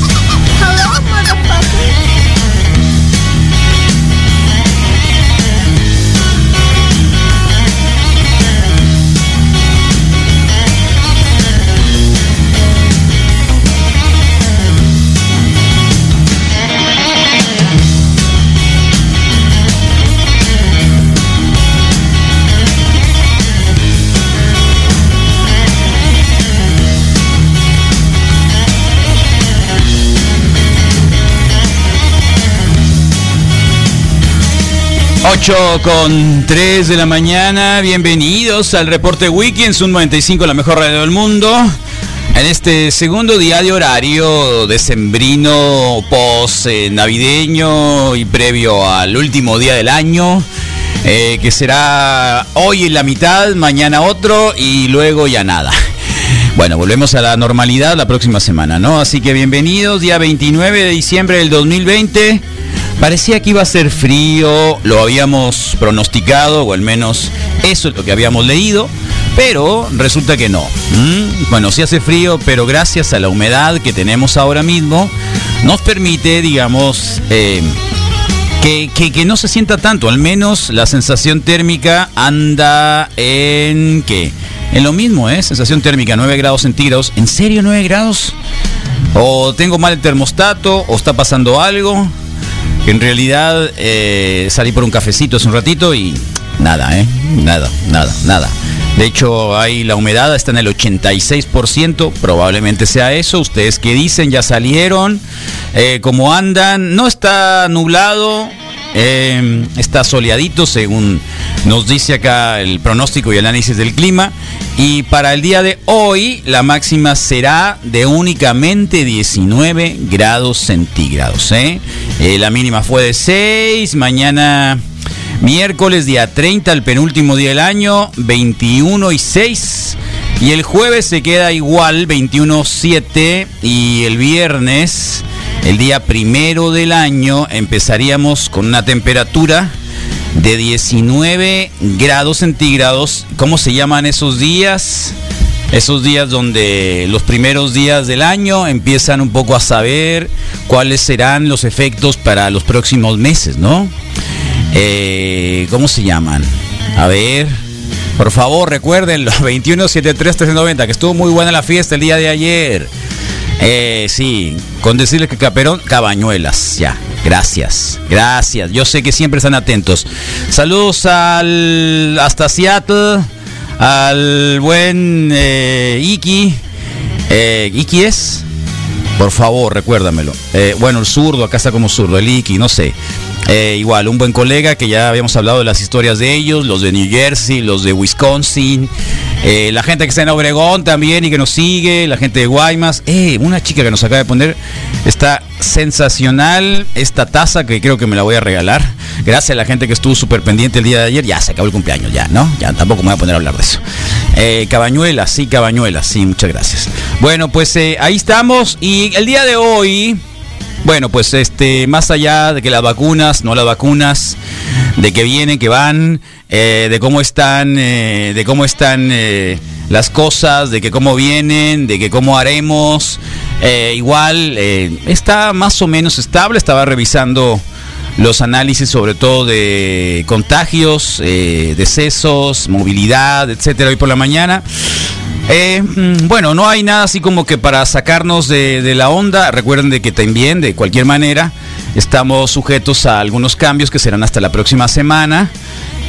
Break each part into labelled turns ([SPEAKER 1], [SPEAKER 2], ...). [SPEAKER 1] con 3 de la mañana, bienvenidos al reporte Wiki en Zoom 95, la mejor radio del mundo. En este segundo día de horario decembrino, post eh, navideño y previo al último día del año, eh, que será hoy en la mitad, mañana otro y luego ya nada. Bueno, volvemos a la normalidad la próxima semana, ¿no? Así que bienvenidos, día 29 de diciembre del 2020. Parecía que iba a ser frío, lo habíamos pronosticado, o al menos eso es lo que habíamos leído, pero resulta que no. ¿Mm? Bueno, sí hace frío, pero gracias a la humedad que tenemos ahora mismo, nos permite, digamos, eh, que, que, que, no se sienta tanto, al menos la sensación térmica anda en qué? En lo mismo, ¿eh? Sensación térmica, 9 grados centígrados. ¿En serio 9 grados? ¿O tengo mal el termostato? ¿O está pasando algo? en realidad eh, salí por un cafecito hace un ratito y nada, ¿eh? Nada, nada, nada. De hecho, ahí la humedad está en el 86%, probablemente sea eso. Ustedes que dicen, ya salieron, eh, como andan, no está nublado, eh, está soleadito según nos dice acá el pronóstico y el análisis del clima. Y para el día de hoy la máxima será de únicamente 19 grados centígrados. ¿eh? Eh, la mínima fue de 6. Mañana miércoles día 30, el penúltimo día del año, 21 y 6. Y el jueves se queda igual, 21.7. Y el viernes, el día primero del año, empezaríamos con una temperatura de 19 grados centígrados. ¿Cómo se llaman esos días? Esos días donde los primeros días del año empiezan un poco a saber cuáles serán los efectos para los próximos meses, ¿no? Eh, ¿Cómo se llaman? A ver. Por favor, recuerden los 2173-390, que estuvo muy buena la fiesta el día de ayer. Eh, sí, con decirles que Caperón, Cabañuelas, ya. Gracias, gracias. Yo sé que siempre están atentos. Saludos al hasta Seattle, al buen eh, Iki. Eh, ¿Iki es? Por favor, recuérdamelo. Eh, bueno, el zurdo, acá está como zurdo, el Iki, no sé. Eh, igual, un buen colega que ya habíamos hablado de las historias de ellos, los de New Jersey, los de Wisconsin, eh, la gente que está en Obregón también y que nos sigue, la gente de Guaymas. Eh, una chica que nos acaba de poner, está sensacional esta taza que creo que me la voy a regalar. Gracias a la gente que estuvo súper pendiente el día de ayer. Ya se acabó el cumpleaños, ya, ¿no? Ya tampoco me voy a poner a hablar de eso. Eh, Cabañuelas, sí, Cabañuelas, sí, muchas gracias. Bueno, pues ahí estamos y el día de hoy... Bueno, pues este, más allá de que las vacunas, no las vacunas, de que vienen, que van, eh, de cómo están, eh, de cómo están eh, las cosas, de que cómo vienen, de que cómo haremos, eh, igual eh, está más o menos estable. Estaba revisando los análisis, sobre todo de contagios, eh, decesos, movilidad, etcétera, hoy por la mañana. Eh, bueno, no hay nada así como que para sacarnos de, de, la onda. Recuerden de que también, de cualquier manera, estamos sujetos a algunos cambios que serán hasta la próxima semana.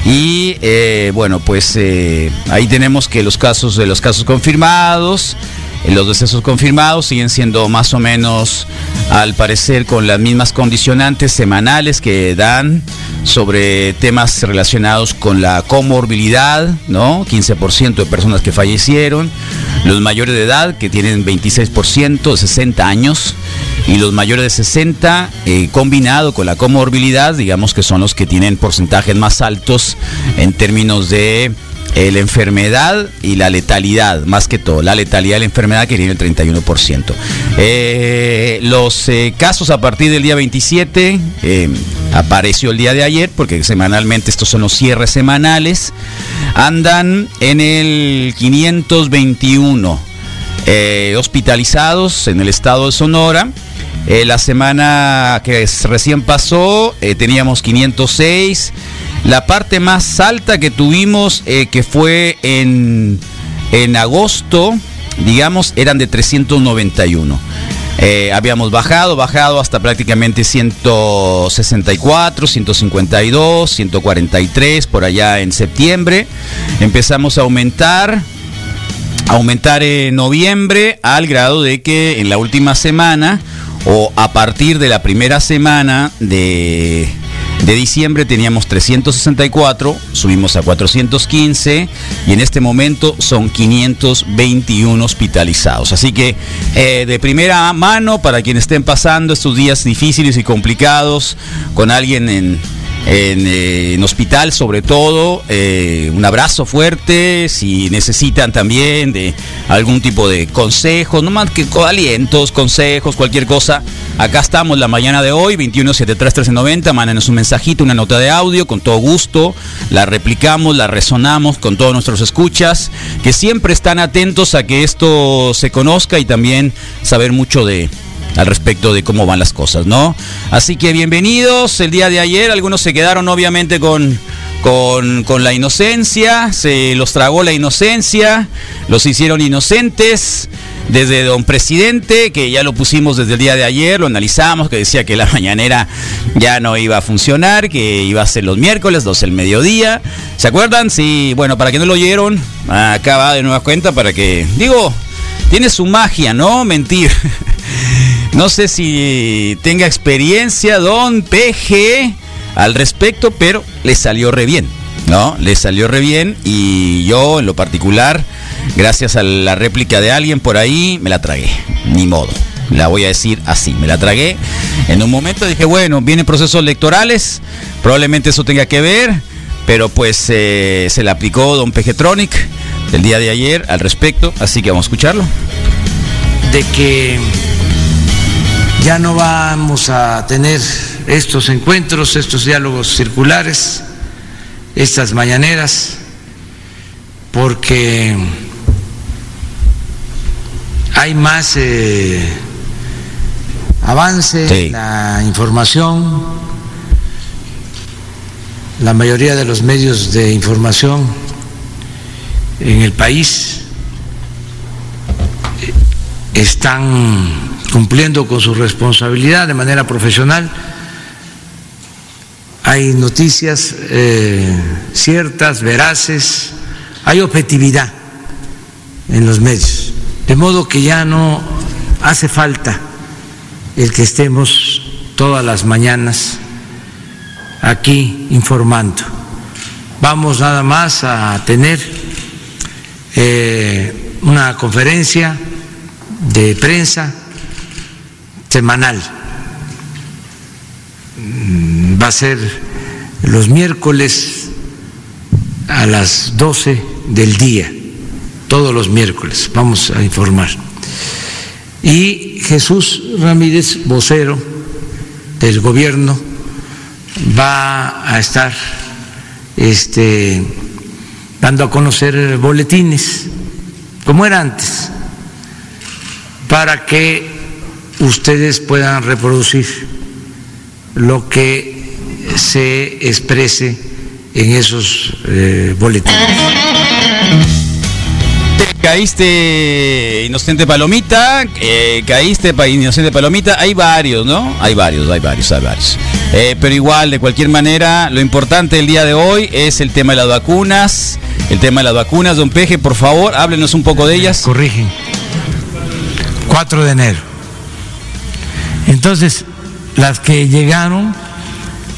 [SPEAKER 1] Y eh, bueno, pues eh, ahí tenemos que los casos de los casos confirmados. Los decesos confirmados siguen siendo más o menos, al parecer, con las mismas condicionantes semanales que dan sobre temas relacionados con la comorbilidad, ¿no? 15% de personas que fallecieron, los mayores de edad que tienen 26%, 60 años, y los mayores de 60 eh, combinado con la comorbilidad, digamos que son los que tienen porcentajes más altos en términos de eh, la enfermedad y la letalidad, más que todo, la letalidad de la enfermedad que tiene el 31%. Eh, los eh, casos a partir del día 27 apareció el día de ayer, porque semanalmente estos son los cierres semanales, andan en el 521 hospitalizados en el estado de Sonora. Eh, la semana que recién pasó eh, teníamos 506. La parte más alta que tuvimos, eh, que fue en, en, agosto, digamos, eran de 391. Eh, habíamos bajado, bajado hasta prácticamente 164, 152, 143 por allá en septiembre. Empezamos a aumentar, aumentar en noviembre al grado de que en la última semana o a partir de la primera semana de, de diciembre teníamos 364, subimos a 415 y en este momento son 521 hospitalizados. Así que eh, de primera mano, para quienes estén pasando estos días difíciles y complicados con alguien en, en, eh, en, hospital sobre todo. Eh, un abrazo fuerte, si necesitan también de algún tipo de consejo, no más que alientos, consejos, cualquier cosa. Acá estamos la mañana de hoy, 2173-1390, mándenos un mensajito, una nota de audio, con todo gusto, la replicamos, la resonamos con todos nuestros escuchas, que siempre están atentos a que esto se conozca y también saber mucho de, al respecto de cómo van las cosas, ¿no? Así que bienvenidos. El día de ayer algunos se quedaron obviamente con, con, con, la inocencia, se los tragó la inocencia, los hicieron inocentes. Desde don presidente, que ya lo pusimos desde el día de ayer, lo analizamos, que decía que la mañanera ya no iba a funcionar, que iba a ser los miércoles, 12 del mediodía. ¿Se acuerdan? Sí, bueno, para que no lo oyeron, acá va de nueva cuenta para que, digo, tiene su magia, ¿no? Mentir. No sé si tenga experiencia don PG al respecto, pero le salió re bien, ¿no? Le salió re bien y yo en lo particular, gracias a la réplica de alguien por ahí, me la tragué. Ni modo. La voy a decir así, me la tragué. En un momento dije, bueno, vienen procesos electorales, probablemente eso tenga que ver, pero pues eh, se la aplicó don Pejetronic el día de ayer al respecto, así que vamos a escucharlo.
[SPEAKER 2] De que ya no vamos a tener estos encuentros, estos diálogos circulares, estas mañaneras, porque hay más eh, avance sí. en la información, la mayoría de los medios de información en el país eh, están cumpliendo con su responsabilidad de manera profesional. Hay noticias eh, ciertas, veraces, hay objetividad en los medios. De modo que ya no hace falta el que estemos todas las mañanas aquí informando. Vamos nada más a tener eh, una conferencia de prensa semanal. Va a ser los miércoles a las 12 del día, todos los miércoles, vamos a informar. Y Jesús Ramírez, vocero del gobierno, va a estar este, dando a conocer boletines, como era antes, para que ustedes puedan reproducir lo que se exprese en esos eh, boletines.
[SPEAKER 1] Caíste inocente palomita, eh, caíste pa inocente palomita, hay varios, ¿no? Hay varios, hay varios, hay varios. Eh, pero igual, de cualquier manera, lo importante el día de hoy es el tema de las vacunas, el tema de las vacunas, don Peje, por favor, háblenos un poco de ellas.
[SPEAKER 2] Corrigen. 4 de enero. Entonces, las que llegaron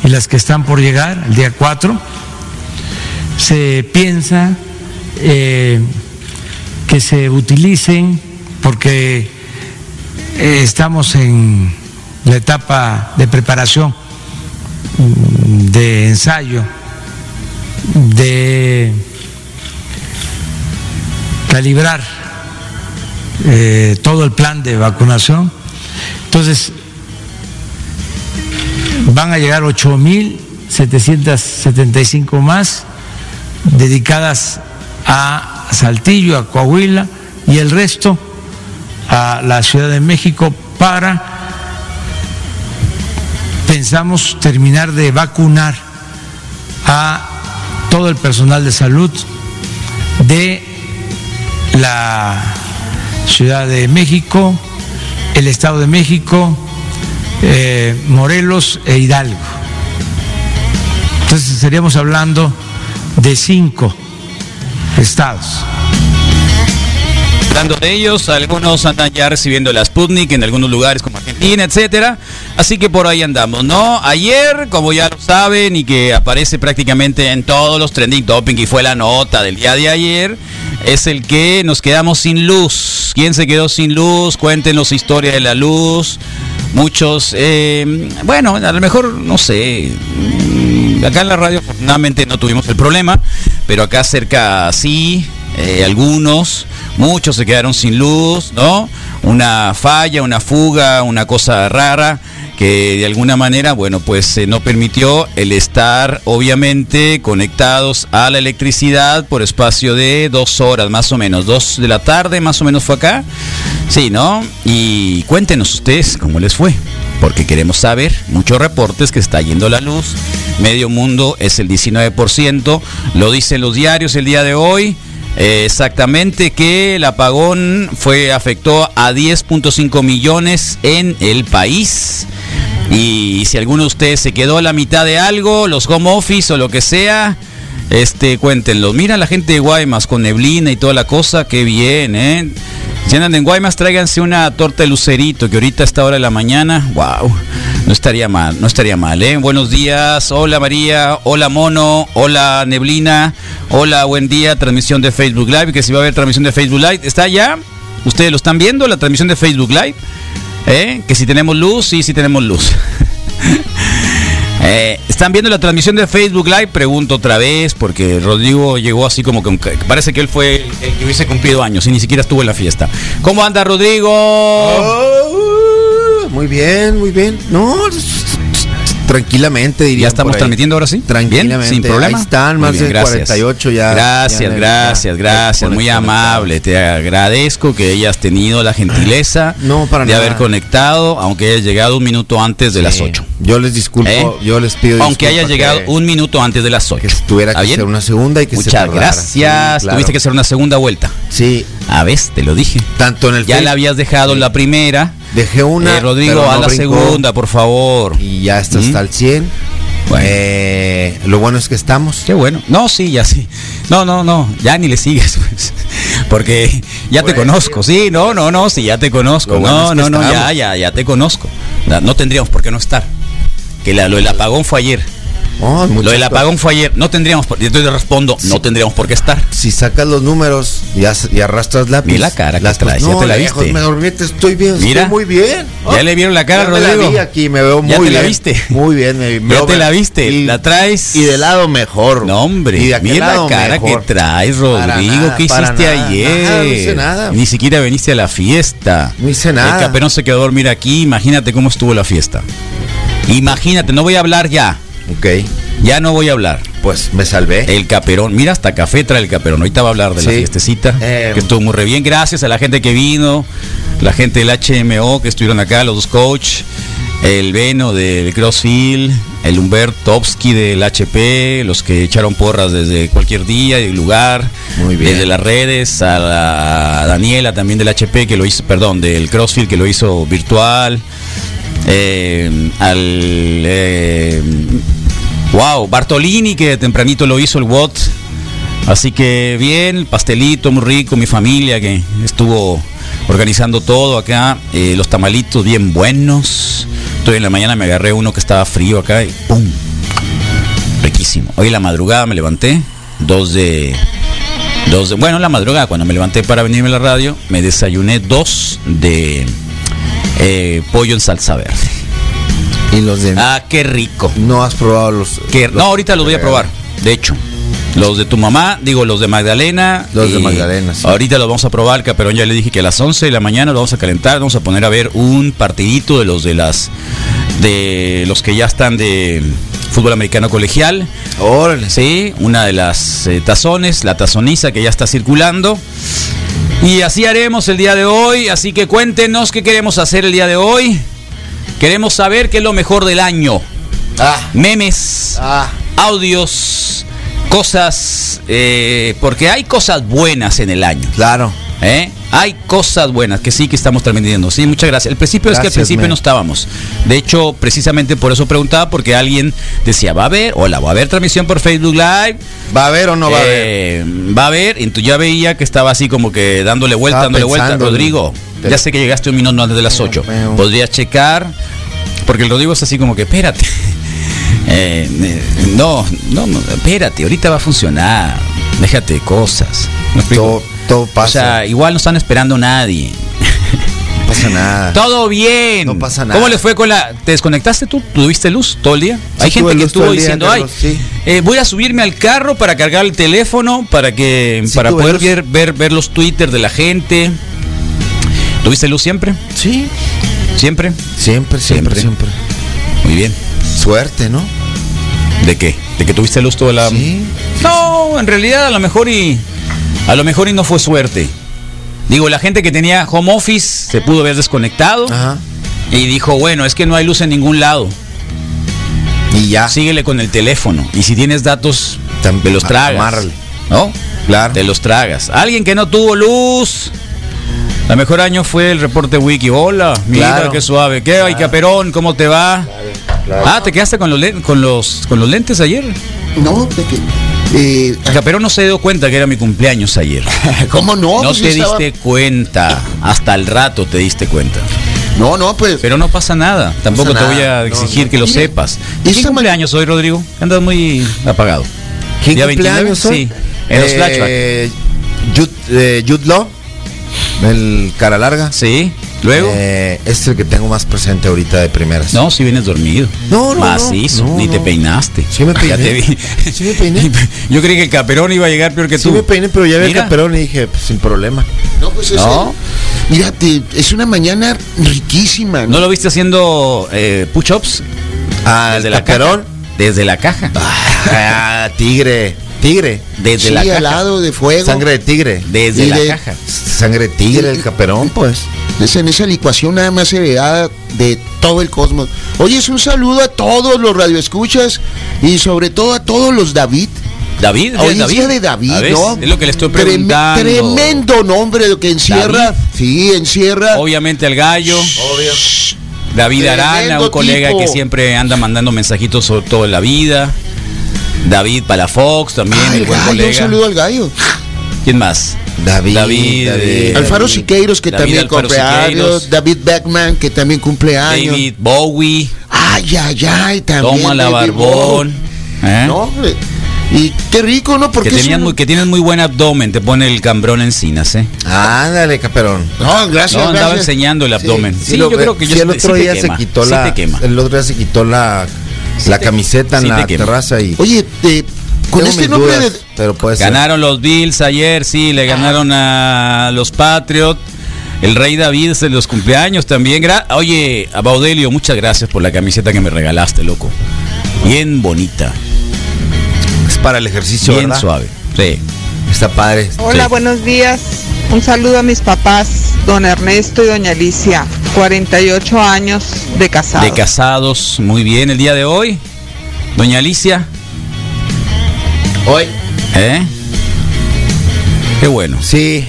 [SPEAKER 2] y las que están por llegar, el día 4, se piensa eh, que se utilicen porque eh, estamos en la etapa de preparación, de ensayo, de calibrar eh, todo el plan de vacunación. Entonces, van a llegar 8.775 más dedicadas a Saltillo, a Coahuila y el resto a la Ciudad de México para pensamos terminar de vacunar a todo el personal de salud de la Ciudad de México, el Estado de México, eh, Morelos e Hidalgo. Entonces estaríamos hablando de cinco estados.
[SPEAKER 1] Hablando de ellos, algunos andan ya recibiendo la Sputnik en algunos lugares como Argentina, etcétera. Así que por ahí andamos, ¿no? Ayer, como ya lo saben y que aparece prácticamente en todos los trending topic y fue la nota del día de ayer, es el que nos quedamos sin luz. ¿Quién se quedó sin luz? Cuéntenos historia de la luz. Muchos, eh, bueno, a lo mejor, no sé, acá en la radio afortunadamente no tuvimos el problema, pero acá cerca sí, eh, algunos, muchos se quedaron sin luz, ¿no? Una falla, una fuga, una cosa rara que de alguna manera, bueno, pues eh, no permitió el estar obviamente conectados a la electricidad por espacio de dos horas más o menos, dos de la tarde más o menos fue acá, sí, ¿no? Y cuéntenos ustedes cómo les fue porque queremos saber muchos reportes que está yendo la luz. Medio mundo es el 19%, lo dicen los diarios el día de hoy. Eh, exactamente que el apagón fue afectó a 10.5 millones en el país. Y si alguno de ustedes se quedó a la mitad de algo, los home office o lo que sea, este, cuéntenlo. Mira la gente de Guaymas con neblina y toda la cosa, qué bien, ¿eh? Si andan en Guaymas, tráiganse una torta de lucerito, que ahorita a esta hora de la mañana, wow, no estaría mal, no estaría mal, ¿eh? Buenos días, hola María, hola Mono, hola Neblina, hola, buen día, transmisión de Facebook Live, que si va a haber transmisión de Facebook Live, ¿está ya? ¿Ustedes lo están viendo, la transmisión de Facebook Live? ¿Eh? Que si tenemos luz, sí, sí tenemos luz. Eh, ¿Están viendo la transmisión de Facebook Live? Pregunto otra vez, porque Rodrigo llegó así como que parece que él fue el que hubiese cumplido años y ni siquiera estuvo en la fiesta. ¿Cómo anda Rodrigo?
[SPEAKER 3] Oh, muy bien, muy bien. No, tranquilamente diría.
[SPEAKER 1] Ya estamos transmitiendo ahora sí.
[SPEAKER 3] Tranquilamente.
[SPEAKER 1] Bien, sin problema.
[SPEAKER 3] Ahí están más bien, de gracias. 48 ya.
[SPEAKER 1] Gracias,
[SPEAKER 3] ya,
[SPEAKER 1] gracias,
[SPEAKER 3] ya,
[SPEAKER 1] gracias.
[SPEAKER 3] ya
[SPEAKER 1] Muy amable. Te agradezco que hayas tenido la gentileza
[SPEAKER 3] No, para
[SPEAKER 1] de
[SPEAKER 3] nada.
[SPEAKER 1] haber conectado, aunque hayas llegado un minuto antes de las
[SPEAKER 3] Sí.
[SPEAKER 1] 8.
[SPEAKER 3] Eh, Yo les disculpo,
[SPEAKER 1] ¿Eh?
[SPEAKER 3] yo les pido eh,
[SPEAKER 1] Aunque
[SPEAKER 3] disculpa
[SPEAKER 1] hayas llegado
[SPEAKER 3] que-
[SPEAKER 1] un minuto antes de las 8.
[SPEAKER 3] que tuviera que ser una segunda y que se
[SPEAKER 1] Muchas
[SPEAKER 3] tardara.
[SPEAKER 1] gracias.
[SPEAKER 3] Sí, claro.
[SPEAKER 1] Tuviste que hacer una segunda vuelta.
[SPEAKER 3] Sí,
[SPEAKER 1] A ver, te lo dije.
[SPEAKER 3] tanto en el
[SPEAKER 1] Ya
[SPEAKER 3] Face-
[SPEAKER 1] la habías dejado en la primera.
[SPEAKER 3] dejé una
[SPEAKER 1] Eh, Rodrigo,
[SPEAKER 3] pero no
[SPEAKER 1] a la
[SPEAKER 3] brincó
[SPEAKER 1] segunda, por favor.
[SPEAKER 3] y ya está hasta
[SPEAKER 1] ¿Mm?
[SPEAKER 3] el 100.
[SPEAKER 1] Bueno.
[SPEAKER 3] Eh, lo bueno es que estamos.
[SPEAKER 1] Qué bueno. No, sí, ya sí. No, no, no. Ya ni le sigues, pues. Porque ya te conozco. Sí, no, no, no. Sí, ya te conozco.
[SPEAKER 3] Lo bueno es
[SPEAKER 1] No,
[SPEAKER 3] que
[SPEAKER 1] no, no. Ya,
[SPEAKER 3] estábamos.
[SPEAKER 1] ya, ya te conozco. No, no tendríamos por qué no estar. Que la- lo del apagón fue ayer.
[SPEAKER 3] Oh,
[SPEAKER 1] Lo del
[SPEAKER 3] muchachos,
[SPEAKER 1] apagón fue ayer. No tendríamos por qué. Entonces respondo, no tendríamos por qué estar.
[SPEAKER 3] Si sacas los números y, as- y arrastras lápiz.
[SPEAKER 1] Mira la cara que
[SPEAKER 3] las
[SPEAKER 1] traes, ya te la
[SPEAKER 3] lejos,
[SPEAKER 1] viste.
[SPEAKER 3] Me dormí, te estoy bien,
[SPEAKER 1] Mira.
[SPEAKER 3] estoy muy bien.
[SPEAKER 1] Ya le vieron la cara,
[SPEAKER 3] Ya Me la
[SPEAKER 1] Rodrigo.
[SPEAKER 3] vi aquí, me veo muy
[SPEAKER 1] Ya te
[SPEAKER 3] bien.
[SPEAKER 1] la viste.
[SPEAKER 3] Muy bien, me, me
[SPEAKER 1] Ya
[SPEAKER 3] veo-
[SPEAKER 1] te la viste, la traes.
[SPEAKER 3] Y de lado mejor.
[SPEAKER 1] No, hombre,
[SPEAKER 3] Y de aquel
[SPEAKER 1] mira la
[SPEAKER 3] lado
[SPEAKER 1] cara
[SPEAKER 3] mejor.
[SPEAKER 1] que traes,
[SPEAKER 3] Para
[SPEAKER 1] Rodrigo.
[SPEAKER 3] nada,
[SPEAKER 1] ¿Qué
[SPEAKER 3] para
[SPEAKER 1] hiciste
[SPEAKER 3] nada.
[SPEAKER 1] ayer?
[SPEAKER 3] Nada, no hice nada.
[SPEAKER 1] Ni siquiera viniste a la fiesta.
[SPEAKER 3] No hice nada.
[SPEAKER 1] El caperón se quedó a dormir aquí. Imagínate cómo estuvo la fiesta. Imagínate, no voy a hablar ya.
[SPEAKER 3] Ok,
[SPEAKER 1] Ya no voy a hablar.
[SPEAKER 3] pues me salvé.
[SPEAKER 1] El caperón, mira hasta café trae el caperón. Ahorita va a hablar de la
[SPEAKER 3] Sí.
[SPEAKER 1] fiestecita.
[SPEAKER 3] Eh,
[SPEAKER 1] que estuvo muy re bien. Gracias a la gente que vino, la gente del HMO que estuvieron acá, los dos coach, el Veno del Crossfield, el Humbertovsky del HP, los que echaron porras desde cualquier día y lugar.
[SPEAKER 3] Muy bien.
[SPEAKER 1] Desde eh, las redes, a la Daniela también del HP que lo hizo, perdón, del Crossfield que lo hizo virtual. eh, al eh, wow, Bartolini que tempranito lo hizo el WOT Así que bien, pastelito muy rico, mi familia que estuvo organizando todo acá, eh, los tamalitos bien buenos. Entonces en la mañana me agarré uno que estaba frío acá y ¡pum! Riquísimo. Hoy en la madrugada me levanté, dos de... Dos de bueno, en la madrugada, cuando me levanté para venirme a la radio, me desayuné dos de eh, pollo en salsa verde.
[SPEAKER 3] Y los de.
[SPEAKER 1] Ah, qué rico.
[SPEAKER 3] No has probado los.
[SPEAKER 1] Que-
[SPEAKER 3] los-
[SPEAKER 1] no, ahorita los voy a probar, de hecho. Los de tu mamá, digo, los de Magdalena.
[SPEAKER 3] Los de
[SPEAKER 1] y
[SPEAKER 3] Magdalena, sí.
[SPEAKER 1] Ahorita los vamos a probar, Caperón ya le dije que a las 11 de la mañana los vamos a calentar, vamos a poner a ver un partidito de los de las de los que ya están de fútbol americano colegial.
[SPEAKER 3] Órale.
[SPEAKER 1] Sí, una de las eh, tazones, la tazoniza que ya está circulando. Y así haremos el día de hoy, así que cuéntenos qué queremos hacer el día de hoy. Queremos saber qué es lo mejor del año.
[SPEAKER 3] Ah.
[SPEAKER 1] Memes
[SPEAKER 3] Ah.
[SPEAKER 1] audios, cosas, eh, porque hay cosas buenas en el año.
[SPEAKER 3] Claro.
[SPEAKER 1] ¿eh? Hay cosas buenas que sí que estamos transmitiendo. Sí, muchas gracias. El principio es que
[SPEAKER 3] Gracias,
[SPEAKER 1] al principio
[SPEAKER 3] men.
[SPEAKER 1] no estábamos. De hecho, precisamente por eso preguntaba, porque alguien decía, va a haber, hola, va a haber transmisión por Facebook Live.
[SPEAKER 3] ¿Va a haber o no va a haber?
[SPEAKER 1] Eh, va a haber, y tú ya veía que estaba así como que dándole vuelta,
[SPEAKER 3] Estaba
[SPEAKER 1] dándole vuelta.
[SPEAKER 3] pensando,
[SPEAKER 1] Rodrigo,
[SPEAKER 3] pero-
[SPEAKER 1] ya sé que llegaste un minuto antes de las 8.
[SPEAKER 3] Pero-
[SPEAKER 1] Podrías checar, porque el Rodrigo es así como que, espérate. Eh, eh, no, no, no, espérate, ahorita va a funcionar. Déjate de cosas. ¿Me explico?
[SPEAKER 3] Todo, todo
[SPEAKER 1] o
[SPEAKER 3] pasa.
[SPEAKER 1] sea, igual no están esperando a nadie.
[SPEAKER 3] no pasa nada.
[SPEAKER 1] Todo bien.
[SPEAKER 3] No pasa nada.
[SPEAKER 1] ¿Cómo les fue con la.? ¿Te desconectaste tú? ¿Tuviste luz todo el día?
[SPEAKER 3] tuve
[SPEAKER 1] Hay gente que
[SPEAKER 3] luz todo
[SPEAKER 1] estuvo
[SPEAKER 3] el día,
[SPEAKER 1] diciendo, ay,
[SPEAKER 3] Carlos, sí.
[SPEAKER 1] eh, voy a subirme al carro para cargar el teléfono, para que
[SPEAKER 3] Sí,
[SPEAKER 1] para
[SPEAKER 3] tuve
[SPEAKER 1] poder
[SPEAKER 3] luz.
[SPEAKER 1] ver, ver, ver los Twitter de la gente. ¿Tuviste luz siempre?
[SPEAKER 3] Sí.
[SPEAKER 1] ¿Siempre?
[SPEAKER 3] Siempre, siempre,
[SPEAKER 1] Siempre.
[SPEAKER 3] siempre. Mm.
[SPEAKER 1] Muy bien.
[SPEAKER 3] Suerte, ¿no?
[SPEAKER 1] ¿De qué? ¿De que tuviste luz toda la.?
[SPEAKER 3] Sí.
[SPEAKER 1] No, en realidad a lo mejor y. A lo mejor y no fue suerte. Digo, la gente que tenía home office se pudo haber desconectado
[SPEAKER 3] Ajá.
[SPEAKER 1] y dijo, bueno, es que no hay luz en ningún lado.
[SPEAKER 3] Y ya.
[SPEAKER 1] síguele con el teléfono. Y si tienes datos,
[SPEAKER 3] Tam-
[SPEAKER 1] te los
[SPEAKER 3] a-
[SPEAKER 1] tragas.
[SPEAKER 3] amárrale.
[SPEAKER 1] ¿No?
[SPEAKER 3] Claro.
[SPEAKER 1] Te los tragas. Alguien que no tuvo luz. La mejor año fue el reporte Wiki. Hola, mira
[SPEAKER 3] Claro.
[SPEAKER 1] qué suave. ¿Qué hay, Caperón? ¿Cómo te va? Ah, ¿te quedaste con los, len- con los, con los lentes ayer?
[SPEAKER 4] No, de que, eh,
[SPEAKER 1] Caperón no se dio cuenta que era mi cumpleaños ayer.
[SPEAKER 4] ¿cómo no?
[SPEAKER 1] No
[SPEAKER 4] Pues
[SPEAKER 1] te
[SPEAKER 4] yo estaba-
[SPEAKER 1] diste cuenta. Hasta el rato te diste cuenta.
[SPEAKER 4] No, no, pues.
[SPEAKER 1] Pero no pasa nada. Tampoco
[SPEAKER 3] pasa
[SPEAKER 1] te voy
[SPEAKER 3] nada. No,
[SPEAKER 1] a exigir
[SPEAKER 3] no.
[SPEAKER 1] que lo
[SPEAKER 4] Mire,
[SPEAKER 1] sepas. ¿Y qué
[SPEAKER 4] esta ma-
[SPEAKER 1] cumpleaños hoy, Rodrigo? Andas muy apagado.
[SPEAKER 3] ¿Quién
[SPEAKER 1] Día
[SPEAKER 3] cumpleaños
[SPEAKER 1] 29,
[SPEAKER 3] hoy?
[SPEAKER 1] Sí. En los
[SPEAKER 3] Eh,
[SPEAKER 1] flashbacks.
[SPEAKER 3] Jude, eh, Jude Law, el cara larga.
[SPEAKER 1] Sí. Luego.
[SPEAKER 3] Eh, es el que tengo más presente ahorita de primeras.
[SPEAKER 1] no, si vienes dormido.
[SPEAKER 3] No, no,
[SPEAKER 1] Macizo.
[SPEAKER 3] no, no,
[SPEAKER 1] ni te
[SPEAKER 3] no.
[SPEAKER 1] peinaste.
[SPEAKER 3] Sí me
[SPEAKER 1] Ya
[SPEAKER 3] peiné.
[SPEAKER 1] te vi.
[SPEAKER 3] Sí me peiné.
[SPEAKER 1] Yo creí que el caperón iba a llegar peor que
[SPEAKER 3] Sí
[SPEAKER 1] tú.
[SPEAKER 3] me peiné, pero ya vi el
[SPEAKER 1] Mira.
[SPEAKER 3] caperón y dije, pues, sin problema.
[SPEAKER 4] No, pues es.
[SPEAKER 1] No.
[SPEAKER 4] el- mira, te- es una mañana riquísima.
[SPEAKER 1] ¿No lo viste haciendo eh, push-ups?
[SPEAKER 3] Ah, el de
[SPEAKER 1] Desde la
[SPEAKER 3] caperón.
[SPEAKER 1] caja. Desde la caja.
[SPEAKER 3] Ah, tigre. Tigre.
[SPEAKER 1] Desde
[SPEAKER 4] Sí,
[SPEAKER 1] la caja.
[SPEAKER 4] al lado de fuego.
[SPEAKER 3] Sangre de tigre.
[SPEAKER 1] Desde
[SPEAKER 4] Y
[SPEAKER 1] la
[SPEAKER 4] de-
[SPEAKER 1] caja.
[SPEAKER 3] Sangre de tigre, el caperón, pues.
[SPEAKER 4] Es en esa licuación nada más heredada de todo el cosmos. Oye, es un saludo a todos los radioescuchas y sobre todo a todos los David.
[SPEAKER 1] David, ¿es
[SPEAKER 4] Audiencia
[SPEAKER 1] David?
[SPEAKER 4] de David,
[SPEAKER 1] ¿A ves?
[SPEAKER 4] ¿no?
[SPEAKER 1] Es lo que le estoy
[SPEAKER 4] Trem-
[SPEAKER 1] preguntando.
[SPEAKER 4] Tremendo nombre lo que encierra.
[SPEAKER 1] David.
[SPEAKER 4] Sí, encierra.
[SPEAKER 1] Obviamente al gallo.
[SPEAKER 3] Obvio.
[SPEAKER 1] David
[SPEAKER 4] Tremendo
[SPEAKER 1] Arana, un colega
[SPEAKER 4] tipo.
[SPEAKER 1] que siempre anda mandando mensajitos sobre todo en la vida. David Palafox también,
[SPEAKER 4] Ah, el
[SPEAKER 1] buen
[SPEAKER 4] gallo, un
[SPEAKER 1] colega.
[SPEAKER 4] saludo al gallo.
[SPEAKER 1] ¿Quién más?
[SPEAKER 3] David,
[SPEAKER 1] David,
[SPEAKER 3] David.
[SPEAKER 1] eh,
[SPEAKER 4] Alfaro Siqueiros, que
[SPEAKER 1] David
[SPEAKER 4] también
[SPEAKER 1] Alfaro
[SPEAKER 4] cumple
[SPEAKER 1] Siqueiros.
[SPEAKER 4] años. David Beckman, que también cumple años.
[SPEAKER 1] David Bowie,
[SPEAKER 4] Ay, ay, ay, también.
[SPEAKER 1] Toma la
[SPEAKER 4] David
[SPEAKER 1] Barbón.
[SPEAKER 4] Bowie.
[SPEAKER 1] ¿eh?
[SPEAKER 4] No, hombre. y qué rico, ¿no?
[SPEAKER 1] que,
[SPEAKER 4] Porque es
[SPEAKER 1] tenían
[SPEAKER 4] un-
[SPEAKER 1] muy, que tienen muy buen abdomen, te pone el cambrón encinas, ¿eh?
[SPEAKER 3] Ándale, caperón.
[SPEAKER 4] No, gracias,
[SPEAKER 1] No, andaba
[SPEAKER 4] Ah, gracias.
[SPEAKER 1] enseñando el abdomen. Sí,
[SPEAKER 3] Sí,
[SPEAKER 1] yo
[SPEAKER 3] lo-
[SPEAKER 1] creo que yo
[SPEAKER 3] sí, el
[SPEAKER 1] sí
[SPEAKER 3] otro
[SPEAKER 1] te
[SPEAKER 3] día
[SPEAKER 1] quema,
[SPEAKER 3] se quitó
[SPEAKER 1] sí
[SPEAKER 3] la
[SPEAKER 1] te quema.
[SPEAKER 3] el otro día se quitó la la
[SPEAKER 1] te-
[SPEAKER 3] camiseta
[SPEAKER 1] sí
[SPEAKER 3] en
[SPEAKER 1] te
[SPEAKER 3] la
[SPEAKER 1] quema.
[SPEAKER 3] terraza y
[SPEAKER 4] Oye, eh, con
[SPEAKER 3] tengo
[SPEAKER 4] este
[SPEAKER 3] mis
[SPEAKER 4] nombre
[SPEAKER 3] dudas,
[SPEAKER 4] de...
[SPEAKER 3] pero puede ser.
[SPEAKER 1] Ganaron los Bills ayer, sí, le ganaron a los Patriots. El Rey David es de los cumpleaños también. Gra- Oye, a Baudelio, muchas gracias por la camiseta que me regalaste, loco. Bien bonita,
[SPEAKER 3] es para el ejercicio,
[SPEAKER 1] bien
[SPEAKER 3] ¿verdad?
[SPEAKER 1] suave. Sí.
[SPEAKER 3] Está padre.
[SPEAKER 5] Hola,
[SPEAKER 1] Sí.
[SPEAKER 5] buenos días. Un saludo a mis papás, don Ernesto y doña Alicia, 48 años de casados.
[SPEAKER 1] De casados, muy bien el día de hoy. Doña Alicia,
[SPEAKER 3] Hoy
[SPEAKER 1] ¿eh? Qué bueno.
[SPEAKER 3] sí.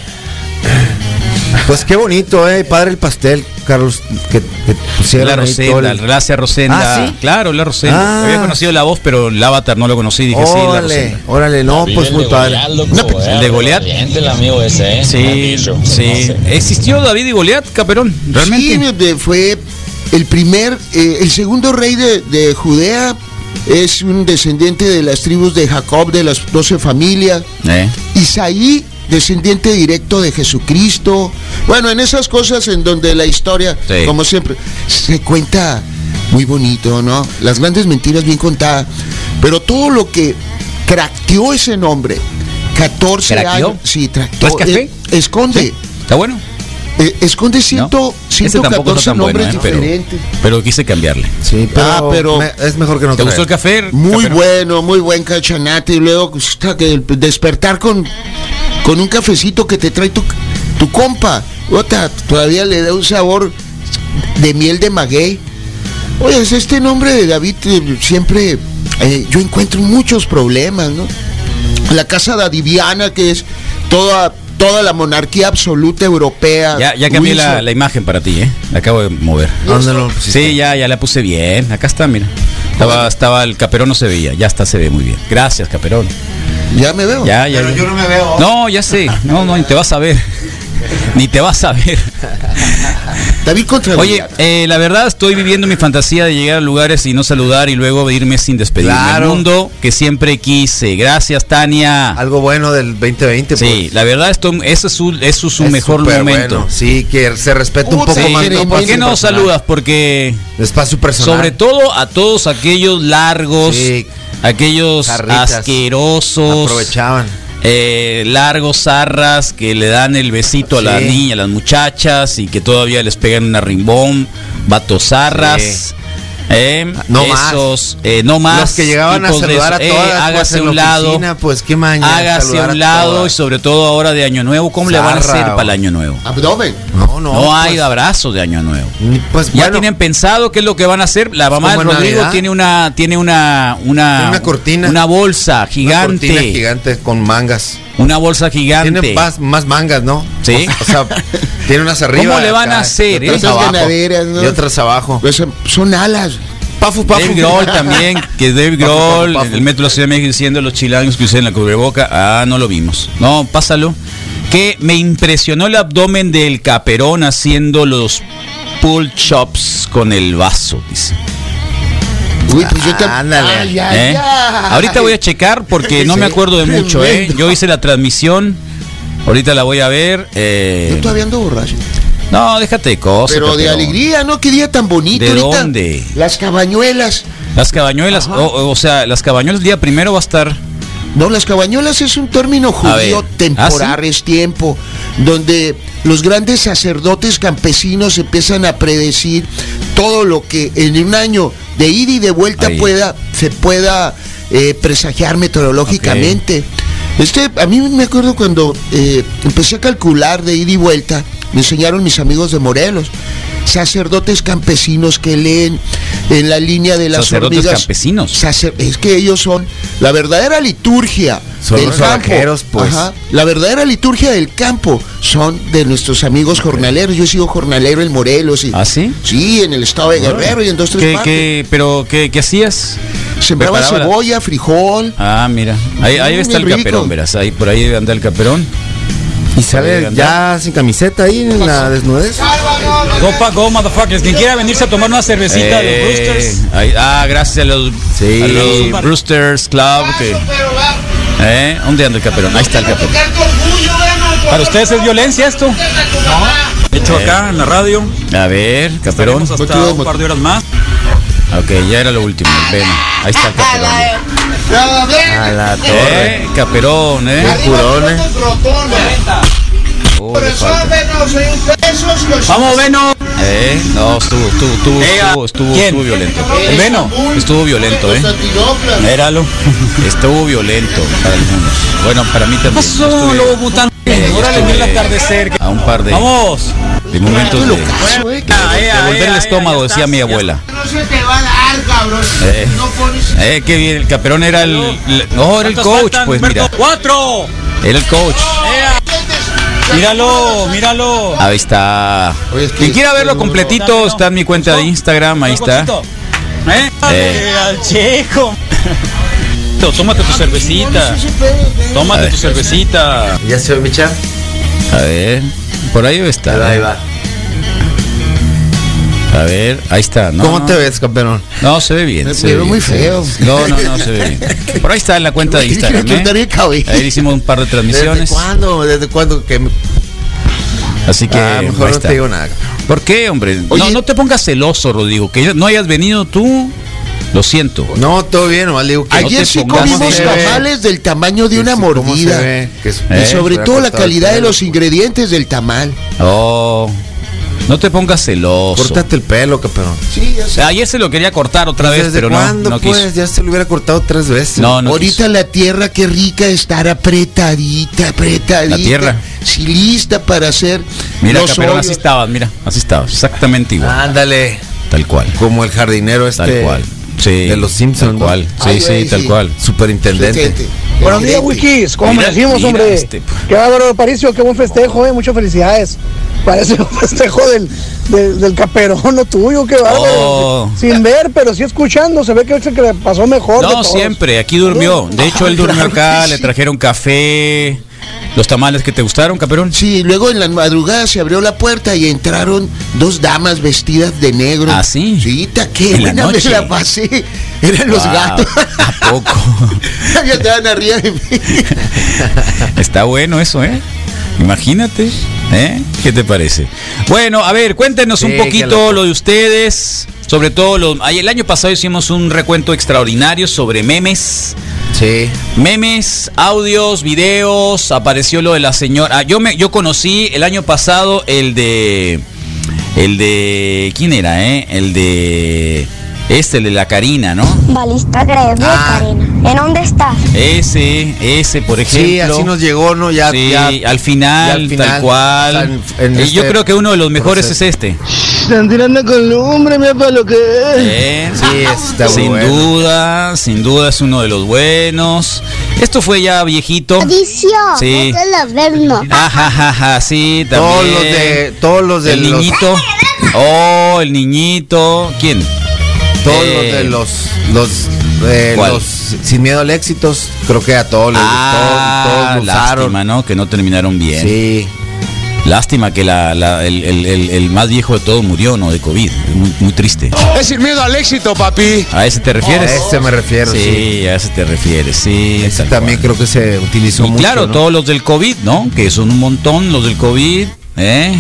[SPEAKER 3] Pues qué bonito, eh, padre el pastel, Carlos, que, que pusieron
[SPEAKER 1] La
[SPEAKER 3] ahí todo
[SPEAKER 1] Rosenda,
[SPEAKER 3] el-
[SPEAKER 1] gracias Rosenda.
[SPEAKER 3] ¿Ah, sí?
[SPEAKER 1] Claro, la Rosenda.
[SPEAKER 3] Ah.
[SPEAKER 1] Había conocido la voz, pero el avatar no lo conocí. Dije, sí, la
[SPEAKER 3] Órale,
[SPEAKER 1] Rosenda.
[SPEAKER 3] órale, no, pues muy padre.
[SPEAKER 1] No, pues, el de Goliat.
[SPEAKER 6] El amigo ese, ¿eh?
[SPEAKER 1] Sí,
[SPEAKER 6] Maravilloso.
[SPEAKER 1] sí. ¿Existió David y Goliat, Caperón?
[SPEAKER 4] Sí,
[SPEAKER 1] ¿Realmente?
[SPEAKER 4] de- fue el primer, eh, el segundo rey de, de Judea. Es un descendiente de las tribus de Jacob, de las doce familias.
[SPEAKER 1] Eh.
[SPEAKER 4] Isaí, descendiente directo de Jesucristo. Bueno, en esas cosas en donde la historia,
[SPEAKER 1] Sí.
[SPEAKER 4] como siempre, se cuenta muy bonito, ¿no? Las grandes mentiras bien contadas. Pero todo lo que cracteó ese nombre, 14
[SPEAKER 1] ¿Craqueó?
[SPEAKER 4] años. Sí, tracteó. eh,
[SPEAKER 1] ¿No es café?
[SPEAKER 4] esconde.
[SPEAKER 1] ¿Está bueno.
[SPEAKER 4] eh, esconde
[SPEAKER 1] ¿No?
[SPEAKER 4] 100,
[SPEAKER 1] Ese tampoco está
[SPEAKER 4] 114
[SPEAKER 1] tan bueno,
[SPEAKER 4] nombres
[SPEAKER 1] eh, pero,
[SPEAKER 4] diferentes.
[SPEAKER 1] pero quise cambiarle.
[SPEAKER 3] Sí, pero,
[SPEAKER 4] Ah, pero-
[SPEAKER 3] me- es mejor que no
[SPEAKER 1] ¿Te gustó el
[SPEAKER 3] café?
[SPEAKER 1] café?
[SPEAKER 4] Muy
[SPEAKER 1] Caperón?
[SPEAKER 4] bueno, muy buen cachanate. Y luego hasta que despertar con, con un cafecito que te trae tu, tu compa. Ota, todavía le da un sabor de miel de maguey. Oye, es este nombre de David eh, siempre eh, yo encuentro muchos problemas, ¿no? La casa dadiviana que es toda toda la monarquía absoluta europea.
[SPEAKER 1] Ya, ya cambié la,
[SPEAKER 4] Wilson.
[SPEAKER 1] la imagen para ti, ¿eh? La acabo de mover.
[SPEAKER 3] ¿Dónde lo pusiste?
[SPEAKER 1] Sí, ya, ya la puse bien. Acá está, mira. Estaba, estaba el caperón, no se veía. Ya está, se ve muy bien. Gracias, caperón.
[SPEAKER 4] Ya me veo.
[SPEAKER 1] Ya, ya, ya.
[SPEAKER 3] me veo.
[SPEAKER 1] No, ya sé. No, no, ni te vas a ver. Ni te vas a ver.
[SPEAKER 4] David contra
[SPEAKER 1] Oye,
[SPEAKER 4] Goliat.
[SPEAKER 1] eh, la verdad estoy viviendo mi fantasía de llegar a lugares y no saludar y luego irme sin despedirme.
[SPEAKER 3] Claro.
[SPEAKER 1] El mundo que siempre quise. Gracias, Tania.
[SPEAKER 3] Algo bueno del 2020.
[SPEAKER 1] Sí,
[SPEAKER 3] pues.
[SPEAKER 1] la verdad esto, eso es su, eso es su
[SPEAKER 3] Es
[SPEAKER 1] mejor
[SPEAKER 3] súper
[SPEAKER 1] momento.
[SPEAKER 3] bueno. Sí, que se respeta un poco
[SPEAKER 1] Sí,
[SPEAKER 3] más. ¿no?
[SPEAKER 1] ¿y ¿Por qué
[SPEAKER 3] Espacio
[SPEAKER 1] no
[SPEAKER 3] personal.
[SPEAKER 1] saludas? Porque
[SPEAKER 3] Espacio personal.
[SPEAKER 1] sobre todo a todos aquellos largos,
[SPEAKER 3] Sí.
[SPEAKER 1] aquellos
[SPEAKER 3] Jarritas.
[SPEAKER 1] asquerosos,
[SPEAKER 3] Aprovechaban.
[SPEAKER 1] eh, largos zarras que le dan el besito a la
[SPEAKER 3] Sí.
[SPEAKER 1] niña, a las muchachas y que todavía les pegan una rimbón, vatos zarras.
[SPEAKER 3] Sí.
[SPEAKER 1] eh,
[SPEAKER 3] No más.
[SPEAKER 1] esos, eh, no más
[SPEAKER 3] Los que llegaban a
[SPEAKER 1] tipos de
[SPEAKER 3] saludar a
[SPEAKER 1] esos. Eh,
[SPEAKER 3] todas. pues,
[SPEAKER 1] hágase a
[SPEAKER 3] en
[SPEAKER 1] un
[SPEAKER 3] la
[SPEAKER 1] lado
[SPEAKER 3] oficina, pues qué maña.
[SPEAKER 1] hágase a
[SPEAKER 3] saludar
[SPEAKER 1] un lado y
[SPEAKER 3] todas.
[SPEAKER 1] sobre todo ahora de año nuevo cómo le van a
[SPEAKER 3] Zarra,
[SPEAKER 1] hacer
[SPEAKER 3] o-
[SPEAKER 1] para el año nuevo
[SPEAKER 4] Abdomen.
[SPEAKER 3] No, no.
[SPEAKER 1] no, hay
[SPEAKER 3] pues,
[SPEAKER 1] abrazos de año nuevo
[SPEAKER 3] Pues
[SPEAKER 1] ya
[SPEAKER 3] bueno,
[SPEAKER 1] tienen pensado qué es lo que van a hacer. La mamá de
[SPEAKER 3] Como en
[SPEAKER 1] Rodrigo
[SPEAKER 3] Navidad.
[SPEAKER 1] tiene una tiene una una,
[SPEAKER 3] Tiene una cortina.
[SPEAKER 1] una bolsa
[SPEAKER 3] una
[SPEAKER 1] gigante, una,
[SPEAKER 3] cortina gigante con mangas.
[SPEAKER 1] bolsa gigante.
[SPEAKER 3] Tienen más, más mangas, ¿no?
[SPEAKER 1] Sí.
[SPEAKER 3] O sea, tiene unas arriba.
[SPEAKER 1] ¿Cómo le van a
[SPEAKER 3] acá,
[SPEAKER 1] hacer,
[SPEAKER 3] Y otras,
[SPEAKER 4] eh? Esas
[SPEAKER 3] abajo,
[SPEAKER 4] ganaderas, ¿no?
[SPEAKER 3] y otras abajo.
[SPEAKER 4] Pues, son alas.
[SPEAKER 3] Pafu, pafu.
[SPEAKER 1] Dave Grohl también, que Dave Grohl,
[SPEAKER 3] Papu, papu.
[SPEAKER 1] el metro de la Ciudad de México diciendo los chilangos que usan la cubreboca, ah, no lo vimos. No, pásalo. Que me impresionó el abdomen del caperón haciendo los pull chops con el vaso, dice.
[SPEAKER 4] Uy, pues yo te-
[SPEAKER 3] Ándale.
[SPEAKER 4] Ay, ay,
[SPEAKER 1] ¿Eh?
[SPEAKER 4] ay.
[SPEAKER 1] Ahorita voy a checar porque no me acuerdo de mucho, ¿eh? Yo hice la transmisión, ahorita la voy a ver. eh,
[SPEAKER 4] Yo todavía ando borracho.
[SPEAKER 1] no, déjate de cosas.
[SPEAKER 4] Pero de
[SPEAKER 1] Caperón.
[SPEAKER 4] alegría, ¿no? Qué día tan bonito
[SPEAKER 1] ¿De
[SPEAKER 4] ahorita.
[SPEAKER 1] dónde?
[SPEAKER 4] Las cabañuelas.
[SPEAKER 1] Las cabañuelas, o, o sea, las cabañuelas el día primero va a estar.
[SPEAKER 4] No, las cabañuelas es un término judío
[SPEAKER 1] ver.
[SPEAKER 4] temporal,
[SPEAKER 1] ¿Ah, sí?
[SPEAKER 4] es tiempo, donde los grandes sacerdotes campesinos empiezan a predecir todo lo que en un año de ida y de vuelta
[SPEAKER 1] Ahí.
[SPEAKER 4] pueda, se pueda eh, presagiar meteorológicamente. Este, a mí me acuerdo cuando eh, empecé a calcular de ida y vuelta, me enseñaron mis amigos de Morelos, sacerdotes campesinos que leen en la línea de las
[SPEAKER 1] Sacerdotes
[SPEAKER 4] hormigas.
[SPEAKER 1] campesinos.
[SPEAKER 4] Sacer- es que ellos son la verdadera liturgia
[SPEAKER 3] Son
[SPEAKER 4] del
[SPEAKER 3] los
[SPEAKER 4] campo.
[SPEAKER 3] oranjeros, pues.
[SPEAKER 4] La verdadera liturgia del campo son de nuestros amigos jornaleros. Yo he sido jornalero en Morelos. Y,
[SPEAKER 1] ¿Ah, sí?
[SPEAKER 4] Sí, en el estado de Guerrero y en dos, tres
[SPEAKER 1] ¿Qué,
[SPEAKER 4] partes.
[SPEAKER 1] qué, pero, qué, qué hacías?
[SPEAKER 4] Sembraba
[SPEAKER 1] preparaba la-
[SPEAKER 4] cebolla, frijol.
[SPEAKER 1] Ah, mira. Ahí, ahí
[SPEAKER 4] Mm,
[SPEAKER 1] está el
[SPEAKER 4] bien rico.
[SPEAKER 1] caperón, verás. Ahí, por ahí debe andar el caperón.
[SPEAKER 3] Y sale ya sin camiseta ahí en la desnudez.
[SPEAKER 7] Copa, go, motherfuckers. Quien quiera venirse a tomar una cervecita de los
[SPEAKER 1] Eh,
[SPEAKER 7] Brewsters.
[SPEAKER 1] ahí- ah, gracias a los,
[SPEAKER 3] Sí.
[SPEAKER 1] a los Brewsters Club. que- ¿Eh? ¿Dónde anda el caperón? Ahí está el caperón.
[SPEAKER 7] Para ustedes es violencia esto. Hecho acá en la radio.
[SPEAKER 1] A ver, caperón. Pues
[SPEAKER 7] Estaremos hasta un par de horas más.
[SPEAKER 1] Ok, ya era lo último. Ven, ahí está el caperón.
[SPEAKER 3] A la torre.
[SPEAKER 1] Eh, caperón, eh.
[SPEAKER 3] Curones.
[SPEAKER 1] Oh, le falta.
[SPEAKER 7] Vamos, Veno.
[SPEAKER 1] Eh, no, estuvo, estuvo, estuvo, estuvo, estuvo,
[SPEAKER 7] ¿quién? Eh,
[SPEAKER 1] estuvo violento. Eh,
[SPEAKER 7] ¿El Veno?
[SPEAKER 1] Estuvo violento, eh.
[SPEAKER 7] Míralo.
[SPEAKER 1] Estuvo violento para algunos. Bueno, para mí también. Yo
[SPEAKER 7] Pasó,
[SPEAKER 1] estuve-
[SPEAKER 7] lobo bután.
[SPEAKER 1] eh, yo
[SPEAKER 7] Órale, mira el
[SPEAKER 1] estuve
[SPEAKER 7] atardecer.
[SPEAKER 1] A un par de,
[SPEAKER 7] Vamos.
[SPEAKER 1] de momentos de,
[SPEAKER 4] Eso, eh, que-
[SPEAKER 1] de volver el estómago, decía mi abuela. Eh, eh, qué bien, el caperón era el, el- no, era el coach, pues mira,
[SPEAKER 7] Cuatro.
[SPEAKER 1] era el coach.
[SPEAKER 7] Míralo, míralo.
[SPEAKER 1] Ahí está.
[SPEAKER 4] Oye, es que
[SPEAKER 1] Quien quiera
[SPEAKER 4] es-
[SPEAKER 1] verlo completito está en mi cuenta de Instagram, ahí está.
[SPEAKER 7] ¿Eh? Dale Al checo. Tómate tu cervecita. Tómate tu cervecita.
[SPEAKER 3] ¿Ya se ve mi chat?
[SPEAKER 1] A ver, por ahí está.
[SPEAKER 3] Ahí va.
[SPEAKER 1] A ver, ahí está. No,
[SPEAKER 3] ¿Cómo
[SPEAKER 1] no.
[SPEAKER 3] te ves, campeón?
[SPEAKER 1] No, se ve bien.
[SPEAKER 4] Me
[SPEAKER 1] se ve
[SPEAKER 4] veo
[SPEAKER 1] bien,
[SPEAKER 4] muy
[SPEAKER 1] se ve
[SPEAKER 4] feo.
[SPEAKER 1] bien. No, no, no, se ve bien. Por ahí está en la cuenta de Instagram.
[SPEAKER 4] Tiene que
[SPEAKER 1] ¿eh?
[SPEAKER 4] cortar el cabello.
[SPEAKER 1] Ahí hicimos un par de
[SPEAKER 3] ¿Desde
[SPEAKER 1] transmisiones.
[SPEAKER 3] cuándo? ¿Desde cuándo que me-
[SPEAKER 1] Así que
[SPEAKER 3] Ah,
[SPEAKER 1] ahí
[SPEAKER 3] mejor no
[SPEAKER 1] está.
[SPEAKER 3] te digo nada.
[SPEAKER 1] ¿Por qué, hombre? no,
[SPEAKER 4] Oye.
[SPEAKER 1] no te pongas celoso, Rodrigo. Que no hayas venido tú, lo siento.
[SPEAKER 3] No, todo bien, nomás le digo que
[SPEAKER 4] Ayer
[SPEAKER 1] te
[SPEAKER 4] sí
[SPEAKER 1] pongas Pues
[SPEAKER 4] comimos
[SPEAKER 1] serio.
[SPEAKER 4] tamales del tamaño de una mordida. Y
[SPEAKER 1] Eh,
[SPEAKER 4] sobre todo la calidad de los ingredientes del tamal.
[SPEAKER 1] Oh, no te pongas celoso.
[SPEAKER 3] Cortate el pelo, campeón.
[SPEAKER 4] Sí, ya sé.
[SPEAKER 1] Ayer se lo quería cortar otra vez,
[SPEAKER 3] ¿Desde
[SPEAKER 1] pero no,
[SPEAKER 3] cuándo,
[SPEAKER 1] no quiso.
[SPEAKER 3] pues? Ya se lo hubiera cortado tres veces.
[SPEAKER 1] No, no
[SPEAKER 4] Ahorita
[SPEAKER 1] quiso.
[SPEAKER 4] la tierra, qué rica estar apretadita, apretadita.
[SPEAKER 1] La tierra.
[SPEAKER 4] Sí, lista para hacer
[SPEAKER 1] Mira,
[SPEAKER 4] los
[SPEAKER 1] Caperón,
[SPEAKER 4] hoyos.
[SPEAKER 1] así estabas, mira, así estabas, exactamente igual,
[SPEAKER 3] Ándale.
[SPEAKER 1] tal cual,
[SPEAKER 3] Como el jardinero Ah. este.
[SPEAKER 1] tal cual. Sí,
[SPEAKER 3] De los Simpsons.
[SPEAKER 1] Tal
[SPEAKER 3] ¿no?
[SPEAKER 1] cual, sí,
[SPEAKER 4] Ay,
[SPEAKER 1] sí,
[SPEAKER 4] güey,
[SPEAKER 1] tal
[SPEAKER 4] sí.
[SPEAKER 1] cual.
[SPEAKER 3] Superintendente.
[SPEAKER 4] Gente,
[SPEAKER 6] Buenos días,
[SPEAKER 4] gente.
[SPEAKER 6] Wikis. ¿Cómo
[SPEAKER 1] Mira,
[SPEAKER 6] amanecimos,
[SPEAKER 1] mira
[SPEAKER 6] hombre?
[SPEAKER 1] este, p-
[SPEAKER 6] Qué bárbaro, Paricio. Qué buen festejo, eh. Muchas felicidades. Parece un festejo del, del, del caperón, lo tuyo, qué bárbaro.
[SPEAKER 1] Oh.
[SPEAKER 6] Sin ver, pero sí escuchando. Se ve que es el que le pasó mejor. de
[SPEAKER 1] No,
[SPEAKER 6] todos.
[SPEAKER 1] siempre, aquí durmió. De hecho, él durmió
[SPEAKER 4] Claro que
[SPEAKER 1] acá, le
[SPEAKER 4] sí.
[SPEAKER 1] trajeron café, los tamales que te gustaron, Caperón.
[SPEAKER 4] Sí, luego en la madrugada se abrió la puerta y entraron dos damas vestidas de negro.
[SPEAKER 1] ¿Ah, sí?
[SPEAKER 4] Sí, ta, qué
[SPEAKER 1] En la
[SPEAKER 4] buena me
[SPEAKER 1] noche.
[SPEAKER 4] la pasé. Eran los
[SPEAKER 1] Wow,
[SPEAKER 4] gatos.
[SPEAKER 1] ¿A poco?
[SPEAKER 4] Ya estaban arriba de mí.
[SPEAKER 1] Está bueno eso, ¿eh? Imagínate, ¿eh? ¿Qué te parece? Bueno, a ver, cuéntenos
[SPEAKER 3] Sí,
[SPEAKER 1] un
[SPEAKER 3] qué
[SPEAKER 1] poquito
[SPEAKER 3] loco.
[SPEAKER 1] lo de ustedes, sobre todo lo, ay, el año pasado hicimos un recuento extraordinario sobre memes,
[SPEAKER 3] Sí.
[SPEAKER 1] memes, audios, videos, apareció lo de la señora. ah, yo me yo conocí el año pasado el de el de quién era, eh? El de este el de la Karina, ¿no?
[SPEAKER 8] Valista greve,
[SPEAKER 3] Ah.
[SPEAKER 8] Karina. ¿En dónde estás?
[SPEAKER 1] Ese, ese por ejemplo.
[SPEAKER 3] Sí, así nos llegó, ¿no? Ya,
[SPEAKER 1] Sí,
[SPEAKER 3] Ah, ya-
[SPEAKER 1] al, final,
[SPEAKER 3] ya al final,
[SPEAKER 1] tal cual.
[SPEAKER 3] está en- en
[SPEAKER 1] Y yo
[SPEAKER 3] este
[SPEAKER 1] creo que uno de los mejores
[SPEAKER 3] proceso.
[SPEAKER 1] es este.
[SPEAKER 6] Están tirando con lumbre, mira para lo que es.
[SPEAKER 1] Eh,
[SPEAKER 3] Sí, está
[SPEAKER 1] sin
[SPEAKER 3] bueno.
[SPEAKER 1] duda, sin duda es uno de los buenos. Esto fue ya viejito.
[SPEAKER 8] Vicio,
[SPEAKER 1] Sí. Ah,
[SPEAKER 8] vete al verno.
[SPEAKER 1] Ajá, ajá, ajá, sí, también.
[SPEAKER 3] Todos los de. Todos los de
[SPEAKER 1] el
[SPEAKER 3] los.
[SPEAKER 1] niñito. Oh, el niñito. ¿Quién?
[SPEAKER 3] Todos
[SPEAKER 1] Eh,
[SPEAKER 3] los de los. Los. eh,
[SPEAKER 1] ¿Cuál?
[SPEAKER 3] los sin miedo al éxito, creo que a todos les
[SPEAKER 1] Ah,
[SPEAKER 3] gustó, todos gozaron.
[SPEAKER 1] lástima, ¿no? Que no terminaron bien.
[SPEAKER 3] Sí.
[SPEAKER 1] Lástima que la, la- el, el- el- el más viejo de todos murió, ¿no? De COVID. Muy, muy triste.
[SPEAKER 2] Es el miedo al éxito, papi.
[SPEAKER 1] ¿A ese te
[SPEAKER 3] A
[SPEAKER 1] refieres?
[SPEAKER 3] este me refiero,
[SPEAKER 1] Sí,
[SPEAKER 3] sí.
[SPEAKER 1] a ese te refieres, sí.
[SPEAKER 3] Ese
[SPEAKER 1] tal
[SPEAKER 3] también
[SPEAKER 1] cual.
[SPEAKER 3] creo que se utilizó
[SPEAKER 1] Y
[SPEAKER 3] mucho.
[SPEAKER 1] claro,
[SPEAKER 3] ¿no?
[SPEAKER 1] todos los del COVID, ¿no? Que son un montón los del COVID, ¿eh?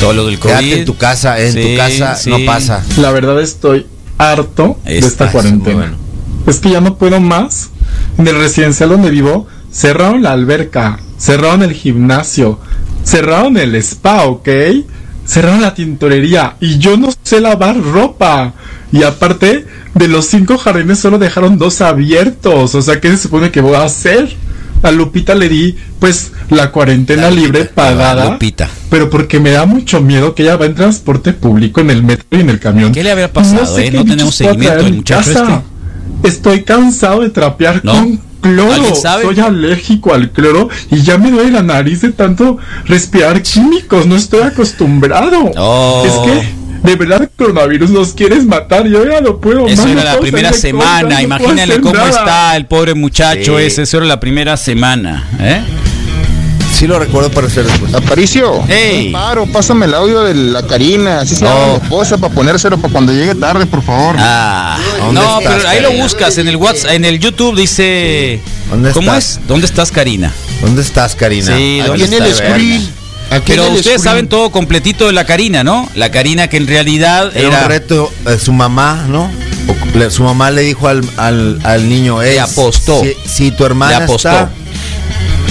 [SPEAKER 1] Todos los del COVID.
[SPEAKER 3] Quédate en tu casa, en
[SPEAKER 1] Sí,
[SPEAKER 3] tu casa
[SPEAKER 1] sí.
[SPEAKER 3] no pasa.
[SPEAKER 6] La verdad estoy harto
[SPEAKER 1] Esta es muy bueno.
[SPEAKER 6] Es que ya no puedo más. En el residencial donde vivo, cerraron la alberca, cerraron el gimnasio, cerraron el spa, ¿ok? Cerraron la tintorería y yo no sé lavar ropa. Y aparte, de los cinco jardines solo dejaron dos abiertos. O sea, ¿qué se supone que voy a hacer? A Lupita le di, pues, la cuarentena
[SPEAKER 1] La Lupita,
[SPEAKER 6] libre pagada.
[SPEAKER 1] Lupita.
[SPEAKER 6] Pero porque me da mucho miedo que ella va en transporte público, en el metro y en el camión.
[SPEAKER 1] ¿Qué le habrá pasado, eh? No
[SPEAKER 6] bichos
[SPEAKER 1] tenemos
[SPEAKER 6] pueda
[SPEAKER 1] seguimiento
[SPEAKER 6] traer
[SPEAKER 1] del
[SPEAKER 6] mi
[SPEAKER 1] muchacho este.
[SPEAKER 6] casa. Estoy cansado de trapear
[SPEAKER 1] No.
[SPEAKER 6] con cloro.
[SPEAKER 1] ¿Alguien sabe?
[SPEAKER 6] Soy alérgico al cloro y ya me duele la nariz de tanto respirar químicos. No estoy acostumbrado.
[SPEAKER 1] Oh.
[SPEAKER 6] Es que. De verdad, el coronavirus nos quieres matar. Yo ya no puedo
[SPEAKER 1] Eso
[SPEAKER 6] más, no
[SPEAKER 1] era la
[SPEAKER 6] puedo
[SPEAKER 1] primera
[SPEAKER 6] salir de compras,
[SPEAKER 1] semana,
[SPEAKER 6] no puedo
[SPEAKER 1] imagínale
[SPEAKER 6] hacer
[SPEAKER 1] cómo
[SPEAKER 6] nada.
[SPEAKER 1] está el pobre muchacho
[SPEAKER 3] Sí.
[SPEAKER 1] ese, eso era la primera semana, ¿eh?
[SPEAKER 3] Sí lo recuerdo para hacer después.
[SPEAKER 6] Aparicio.
[SPEAKER 1] ¡Ey!
[SPEAKER 6] Paro, pásame el audio de la Karina, así se
[SPEAKER 1] llama mi
[SPEAKER 6] esposa, para ponérselo para cuando llegue tarde, por favor.
[SPEAKER 1] Ah,
[SPEAKER 3] ¿Dónde
[SPEAKER 1] no,
[SPEAKER 3] estás,
[SPEAKER 1] pero ahí lo
[SPEAKER 3] Karina?
[SPEAKER 1] buscas en el WhatsApp, en el YouTube dice
[SPEAKER 3] ¿Dónde
[SPEAKER 1] ¿Cómo
[SPEAKER 3] estás?
[SPEAKER 1] es? ¿Dónde estás, Karina?
[SPEAKER 3] ¿Dónde estás, Karina?
[SPEAKER 1] Sí, ¿dónde
[SPEAKER 4] Aquí en el
[SPEAKER 1] está, verga?
[SPEAKER 4] screen. Aquí en
[SPEAKER 1] Pero
[SPEAKER 4] el
[SPEAKER 1] ustedes
[SPEAKER 4] screen.
[SPEAKER 1] saben todo completito de la Karina, ¿no? La Karina que en realidad
[SPEAKER 3] Era,
[SPEAKER 1] era
[SPEAKER 3] un reto eh, su mamá, ¿no? O- le- su mamá le dijo al, al, al niño, "Ey,
[SPEAKER 1] Le apostó.
[SPEAKER 3] Si, si tu hermana
[SPEAKER 1] Le apostó.
[SPEAKER 3] está,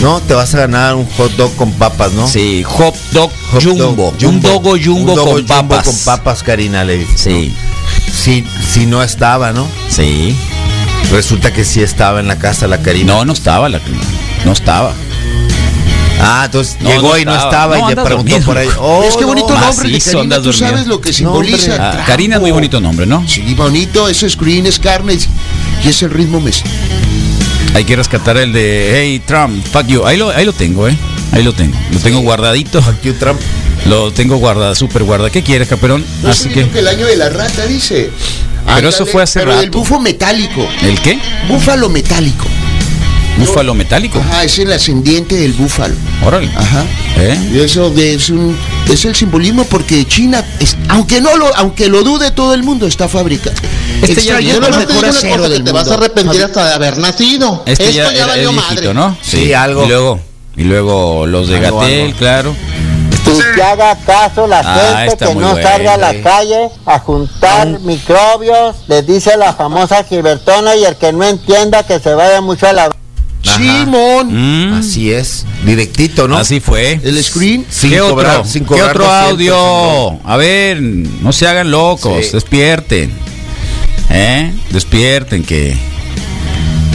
[SPEAKER 3] no, te vas a ganar un hot dog con papas, ¿no?
[SPEAKER 1] Sí, hot dog
[SPEAKER 3] Hot
[SPEAKER 1] jumbo, Un dogo jumbo
[SPEAKER 3] Un dogo
[SPEAKER 1] con papas.
[SPEAKER 3] con papas, Karina le dice.
[SPEAKER 1] Sí,
[SPEAKER 3] Si, si no estaba, ¿no?
[SPEAKER 1] sí.
[SPEAKER 3] Resulta que sí estaba en la casa la Karina.
[SPEAKER 1] No, no estaba la no estaba.
[SPEAKER 3] Ah, entonces
[SPEAKER 1] No,
[SPEAKER 3] llegó
[SPEAKER 1] no
[SPEAKER 3] y no
[SPEAKER 1] estaba.
[SPEAKER 3] estaba y
[SPEAKER 1] No,
[SPEAKER 3] le
[SPEAKER 1] andas
[SPEAKER 3] preguntó
[SPEAKER 1] dormido.
[SPEAKER 3] por ahí. Oh,
[SPEAKER 4] es que bonito
[SPEAKER 1] ah,
[SPEAKER 3] no.
[SPEAKER 4] nombre, de
[SPEAKER 1] macizo,
[SPEAKER 4] Karina,
[SPEAKER 1] andas
[SPEAKER 4] tú sabes
[SPEAKER 1] dormido.
[SPEAKER 4] lo que simboliza.
[SPEAKER 3] hombre.
[SPEAKER 4] el
[SPEAKER 1] Ah,
[SPEAKER 4] trapo.
[SPEAKER 1] Karina es muy bonito nombre, ¿no?
[SPEAKER 4] Sí, bonito, ese screen es carne y- y es el ritmo mes.
[SPEAKER 1] Hay que rescatar el de Hey Trump, fuck you. Ahí lo ahí lo tengo, eh. Ahí Ahí lo tengo. Lo tengo guardadito. Lo tengo guardado, súper guardado. ¿Qué quieres, Caperón?
[SPEAKER 4] No
[SPEAKER 1] Así
[SPEAKER 4] sé,
[SPEAKER 1] que.
[SPEAKER 4] creo que el año de la rata dice.
[SPEAKER 1] Pero eso fue hace
[SPEAKER 4] pero del
[SPEAKER 1] rato.
[SPEAKER 4] bufo metálico.
[SPEAKER 1] ¿El qué?
[SPEAKER 4] Búfalo metálico.
[SPEAKER 1] Búfalo metálico.
[SPEAKER 4] Ajá, es el ascendiente del búfalo.
[SPEAKER 1] Órale. ¿Eh?
[SPEAKER 4] Ajá. Y eso de- es un es el simbolismo porque China, es- aunque no lo, aunque lo dude todo el mundo, está fábrica.
[SPEAKER 1] Este ya- yo no te digo una cosa que
[SPEAKER 4] del
[SPEAKER 1] te vas a
[SPEAKER 4] mundo.
[SPEAKER 9] arrepentir hasta de haber nacido.
[SPEAKER 1] Este
[SPEAKER 9] Esto
[SPEAKER 1] ya,
[SPEAKER 9] ya
[SPEAKER 1] era-
[SPEAKER 9] valió
[SPEAKER 1] es
[SPEAKER 9] madre.
[SPEAKER 1] viejito, ¿no? Y luego, y luego los de
[SPEAKER 9] Algo,
[SPEAKER 1] Gatel, claro.
[SPEAKER 9] Y que haga caso la
[SPEAKER 1] Este Ah,
[SPEAKER 9] gente,
[SPEAKER 1] está
[SPEAKER 9] que
[SPEAKER 1] muy
[SPEAKER 9] no
[SPEAKER 1] bueno,
[SPEAKER 9] salga a
[SPEAKER 1] eh.
[SPEAKER 9] la calle a juntar microbios, les dice la famosa Gilbertona y el que no entienda que se vaya mucho a la...
[SPEAKER 1] Mm.
[SPEAKER 3] Simón. Así es. Directito, ¿no? Así
[SPEAKER 1] fue.
[SPEAKER 3] El screen. Sin
[SPEAKER 1] ¿Qué
[SPEAKER 3] cobrar-
[SPEAKER 1] otro?
[SPEAKER 3] sin
[SPEAKER 1] ¿Qué
[SPEAKER 3] cobrar
[SPEAKER 1] otro
[SPEAKER 3] 200,
[SPEAKER 1] audio? A ver, no se hagan locos,
[SPEAKER 3] Sí.
[SPEAKER 1] despierten. ¿Eh? Despierten que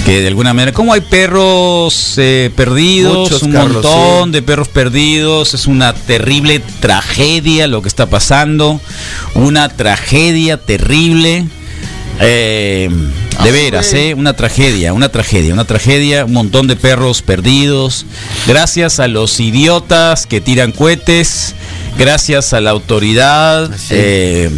[SPEAKER 1] que de alguna manera, como hay perros eh, perdidos,
[SPEAKER 3] Muchos,
[SPEAKER 1] un
[SPEAKER 3] Carlos,
[SPEAKER 1] montón de perros perdidos, es una terrible tragedia lo que está pasando, una tragedia terrible. Eh, de veras, ¿eh? Una tragedia, una tragedia, una tragedia, un montón de perros perdidos. Gracias a los idiotas que tiran cohetes, gracias a la autoridad eh,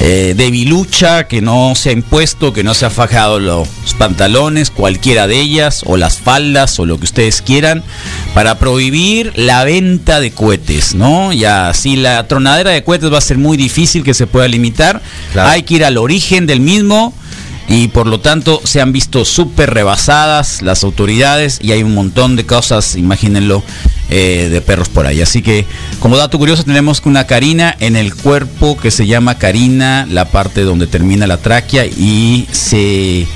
[SPEAKER 1] eh, debilucha que no se ha impuesto, que no se ha fajado los pantalones, cualquiera de ellas, o las faldas, o lo que ustedes quieran, para prohibir la venta de cohetes, ¿no? Ya, si la tronadera de cohetes va a ser muy difícil que se pueda limitar, hay que ir al origen del mismo y por lo tanto se han visto súper rebasadas las autoridades y hay un montón de cosas, imagínenlo, eh, de perros por ahí. Así que, como dato curioso, tenemos una carina en el cuerpo que se llama carina, la parte donde termina la tráquea y se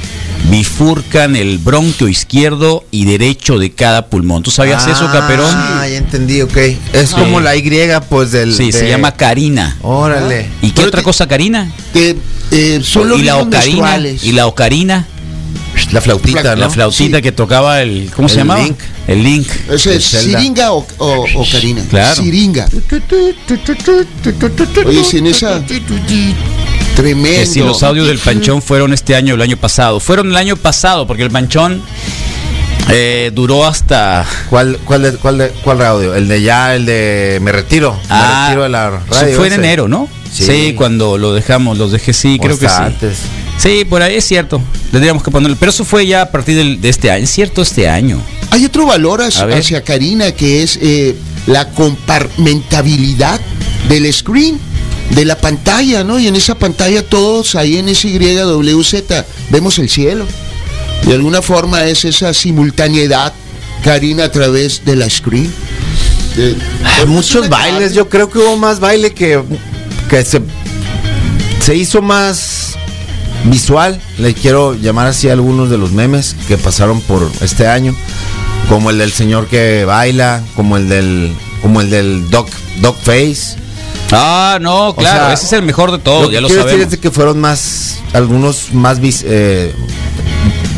[SPEAKER 1] bifurcan el bronquio izquierdo y derecho de cada pulmón. ¿Tú sabías eso, Caperón?
[SPEAKER 3] Ah, ya entendí, ok. Es
[SPEAKER 1] Sí.
[SPEAKER 3] como la Y, pues del.
[SPEAKER 1] Sí, se
[SPEAKER 3] de-
[SPEAKER 1] llama carina.
[SPEAKER 3] Órale.
[SPEAKER 1] ¿Y qué otra cosa, carina?
[SPEAKER 4] Que eh, son los
[SPEAKER 1] y la
[SPEAKER 4] ritmos
[SPEAKER 1] ocarina,
[SPEAKER 4] menstruales.
[SPEAKER 1] y la ocarina,
[SPEAKER 3] La flautita,
[SPEAKER 1] la flautita que tocaba el ¿cómo se
[SPEAKER 4] El
[SPEAKER 1] llamaba?
[SPEAKER 4] Link.
[SPEAKER 1] El Link.
[SPEAKER 4] Ese es
[SPEAKER 1] Zelda.
[SPEAKER 4] siringa o, o, ocarina.
[SPEAKER 1] Claro.
[SPEAKER 4] Siringa. Oye, si en esa. Tremendo.
[SPEAKER 1] Que si los audios del Panchón fueron este año o el año pasado. Fueron el año pasado, porque el Panchón eh, duró hasta.
[SPEAKER 3] ¿Cuál, cuál, de- cuál, de- cuál audio? El de ya, el de me retiro. me
[SPEAKER 1] Ah,
[SPEAKER 3] retiro de la
[SPEAKER 1] eso
[SPEAKER 3] radio.
[SPEAKER 1] fue en
[SPEAKER 3] ese.
[SPEAKER 1] enero, ¿no?
[SPEAKER 3] Sí.
[SPEAKER 1] Sí. cuando lo dejamos, los dejé, sí,
[SPEAKER 3] O
[SPEAKER 1] creo que sí.
[SPEAKER 3] hasta antes.
[SPEAKER 1] Sí, por ahí es cierto. Tendríamos que ponerlo. Pero eso fue ya a partir del- de este año. Es cierto, este año.
[SPEAKER 4] Hay otro valor hacia,
[SPEAKER 1] A ver.
[SPEAKER 4] hacia Karina que es eh, la compartimentabilidad del screen, de la pantalla, ¿no? Y en esa pantalla todos ahí en SYWZ vemos el cielo. De alguna forma es esa simultaneidad, Karina, a través de la screen. Eh, De-
[SPEAKER 3] Hay muchos bailes, yo creo que hubo más baile que, que se, se hizo más visual. Le quiero llamar así a algunos de los memes que pasaron por este año. Como el del señor que baila, como el del, como el del Doc, Doc Face.
[SPEAKER 1] Ah, no, claro,
[SPEAKER 3] sea,
[SPEAKER 1] ese es el mejor de
[SPEAKER 3] Lo
[SPEAKER 1] todos,
[SPEAKER 3] que
[SPEAKER 1] ya lo
[SPEAKER 3] quiero decir
[SPEAKER 1] sabemos.
[SPEAKER 3] es de que fueron más, algunos más vis- eh,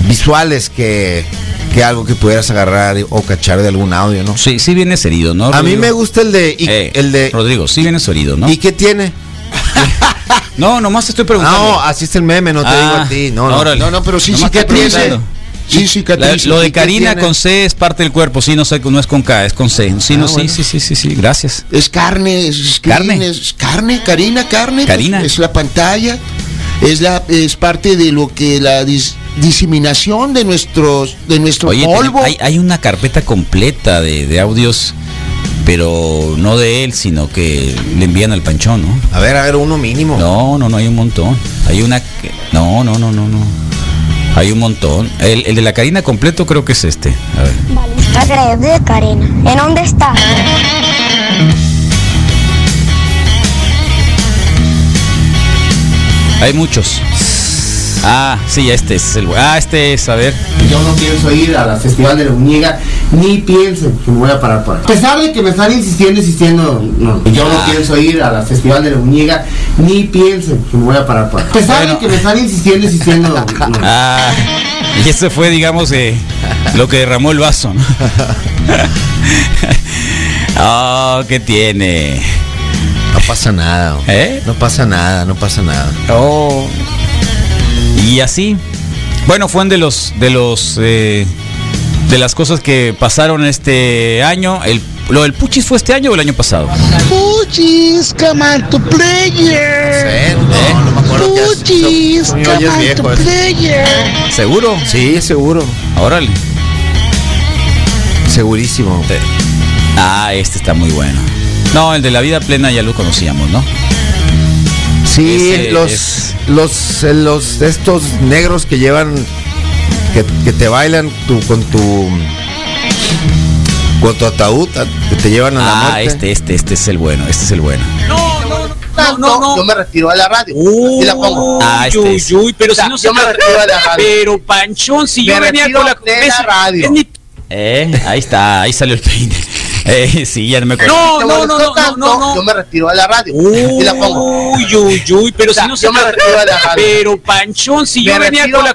[SPEAKER 3] visuales que, que algo que pudieras agarrar o cachar de algún audio, ¿no?
[SPEAKER 1] Sí, sí vienes herido, ¿no?
[SPEAKER 3] A mí
[SPEAKER 1] Rodrigo?
[SPEAKER 3] me gusta el de... y-
[SPEAKER 1] Eh,
[SPEAKER 3] el de
[SPEAKER 1] Rodrigo, sí vienes herido, ¿no?
[SPEAKER 3] ¿Y qué tiene?
[SPEAKER 1] No, nomás te estoy preguntando.
[SPEAKER 4] oh,
[SPEAKER 3] No, así es el meme, no te
[SPEAKER 1] Ah,
[SPEAKER 3] digo a ti. No, no.
[SPEAKER 1] órale.
[SPEAKER 4] No, no, pero sí
[SPEAKER 1] Nomás te estoy
[SPEAKER 4] cicatrices.
[SPEAKER 1] preguntando.
[SPEAKER 4] Sí, cicatrices.
[SPEAKER 1] La- lo
[SPEAKER 4] ¿Y
[SPEAKER 1] de
[SPEAKER 4] qué
[SPEAKER 1] Karina
[SPEAKER 4] tiene? Ah,
[SPEAKER 1] con C es parte del cuerpo, sí, no, sé, no es con K, es con C. Sí, no,
[SPEAKER 4] bueno.
[SPEAKER 1] sí, sí, sí, sí, sí, gracias.
[SPEAKER 4] Es carne, es screen,
[SPEAKER 1] Carne.
[SPEAKER 4] es carne, Karina, carne.
[SPEAKER 1] Karina.
[SPEAKER 4] Es la pantalla, es la es parte de lo que la dis- diseminación de nuestros de nuestro
[SPEAKER 1] Oye, te-
[SPEAKER 4] polvo.
[SPEAKER 1] hay, hay una carpeta completa de, de audios, pero no de él, sino que le envían al panchón, ¿no?
[SPEAKER 3] A ver, a ver, uno mínimo.
[SPEAKER 1] No, no, no, hay un montón. Hay una... que- No, no, no, no, no. Hay un montón. El, el de la Karina completo creo que es este. A ver.
[SPEAKER 8] Está grave, Karina. ¿En dónde estás?
[SPEAKER 1] Hay muchos. Ah, sí, este es el... bu- Ah, este es, a ver.
[SPEAKER 9] Yo no pienso ir a la Festival de la Uniega, ni pienso que me voy a parar por ahí. A pesar de que me están insistiendo, insistiendo, no. Yo no pienso ir a la Festival de la Uniega, ni pienso que me voy a parar por ahí. A pesar de que me están insistiendo, insistiendo, no.
[SPEAKER 1] Ah, y ese fue, digamos, eh, lo que derramó el vaso. ¿no? Ah, ¿qué tiene?
[SPEAKER 3] No pasa nada.
[SPEAKER 1] ¿Eh?
[SPEAKER 3] No pasa nada, no pasa nada.
[SPEAKER 1] Oh. Y así. Bueno, fue un de los de los eh, de las cosas que pasaron este año. El ¿Lo del Puchis fue este año o el año pasado?
[SPEAKER 10] Puchis, come on to player. Puchis,
[SPEAKER 3] Son- son-
[SPEAKER 10] come
[SPEAKER 3] oye, es
[SPEAKER 10] on
[SPEAKER 3] viejo
[SPEAKER 10] to
[SPEAKER 3] eso.
[SPEAKER 10] player.
[SPEAKER 1] ¿Seguro?
[SPEAKER 3] Sí, seguro.
[SPEAKER 1] Órale.
[SPEAKER 3] Segurísimo.
[SPEAKER 1] Ah, este está muy bueno. No, el de la vida plena ya lo conocíamos, ¿no?
[SPEAKER 3] Sí,
[SPEAKER 1] Ese
[SPEAKER 3] los,
[SPEAKER 1] es-
[SPEAKER 3] los, eh, los, estos negros que llevan, que, que te bailan tu, con tu, con tu ataúd, a- que te llevan a la
[SPEAKER 1] Ah,
[SPEAKER 3] muerte.
[SPEAKER 1] este, este, este es el bueno, este es el bueno.
[SPEAKER 9] No, no, no. Yo me retiro a la radio. Así la pongo.
[SPEAKER 1] Ah, este
[SPEAKER 7] Uy,
[SPEAKER 1] es.
[SPEAKER 7] uy, pero
[SPEAKER 9] O sea,
[SPEAKER 7] si no se
[SPEAKER 9] yo me
[SPEAKER 7] trata-
[SPEAKER 9] retiro de la radio.
[SPEAKER 7] Pero Panchón, si
[SPEAKER 9] Me
[SPEAKER 7] yo venía
[SPEAKER 9] retiro
[SPEAKER 7] con la
[SPEAKER 9] de la
[SPEAKER 7] es-
[SPEAKER 9] radio.
[SPEAKER 7] es mi-
[SPEAKER 1] Eh, ahí está, ahí salió el peine. Eh, sí, ya no me acuerdo.
[SPEAKER 7] No,
[SPEAKER 9] Te
[SPEAKER 7] no, no,
[SPEAKER 9] molestó
[SPEAKER 7] no, no,
[SPEAKER 9] tanto,
[SPEAKER 7] no, no.
[SPEAKER 9] Yo me retiro a la radio. Así la pongo.
[SPEAKER 7] Uy, uy, uy, pero
[SPEAKER 9] O sea,
[SPEAKER 7] si no se
[SPEAKER 9] yo me
[SPEAKER 7] trata-
[SPEAKER 9] retiro de la radio.
[SPEAKER 7] Pero Panchón, si
[SPEAKER 9] Me
[SPEAKER 7] yo venía
[SPEAKER 9] retiro-
[SPEAKER 7] con la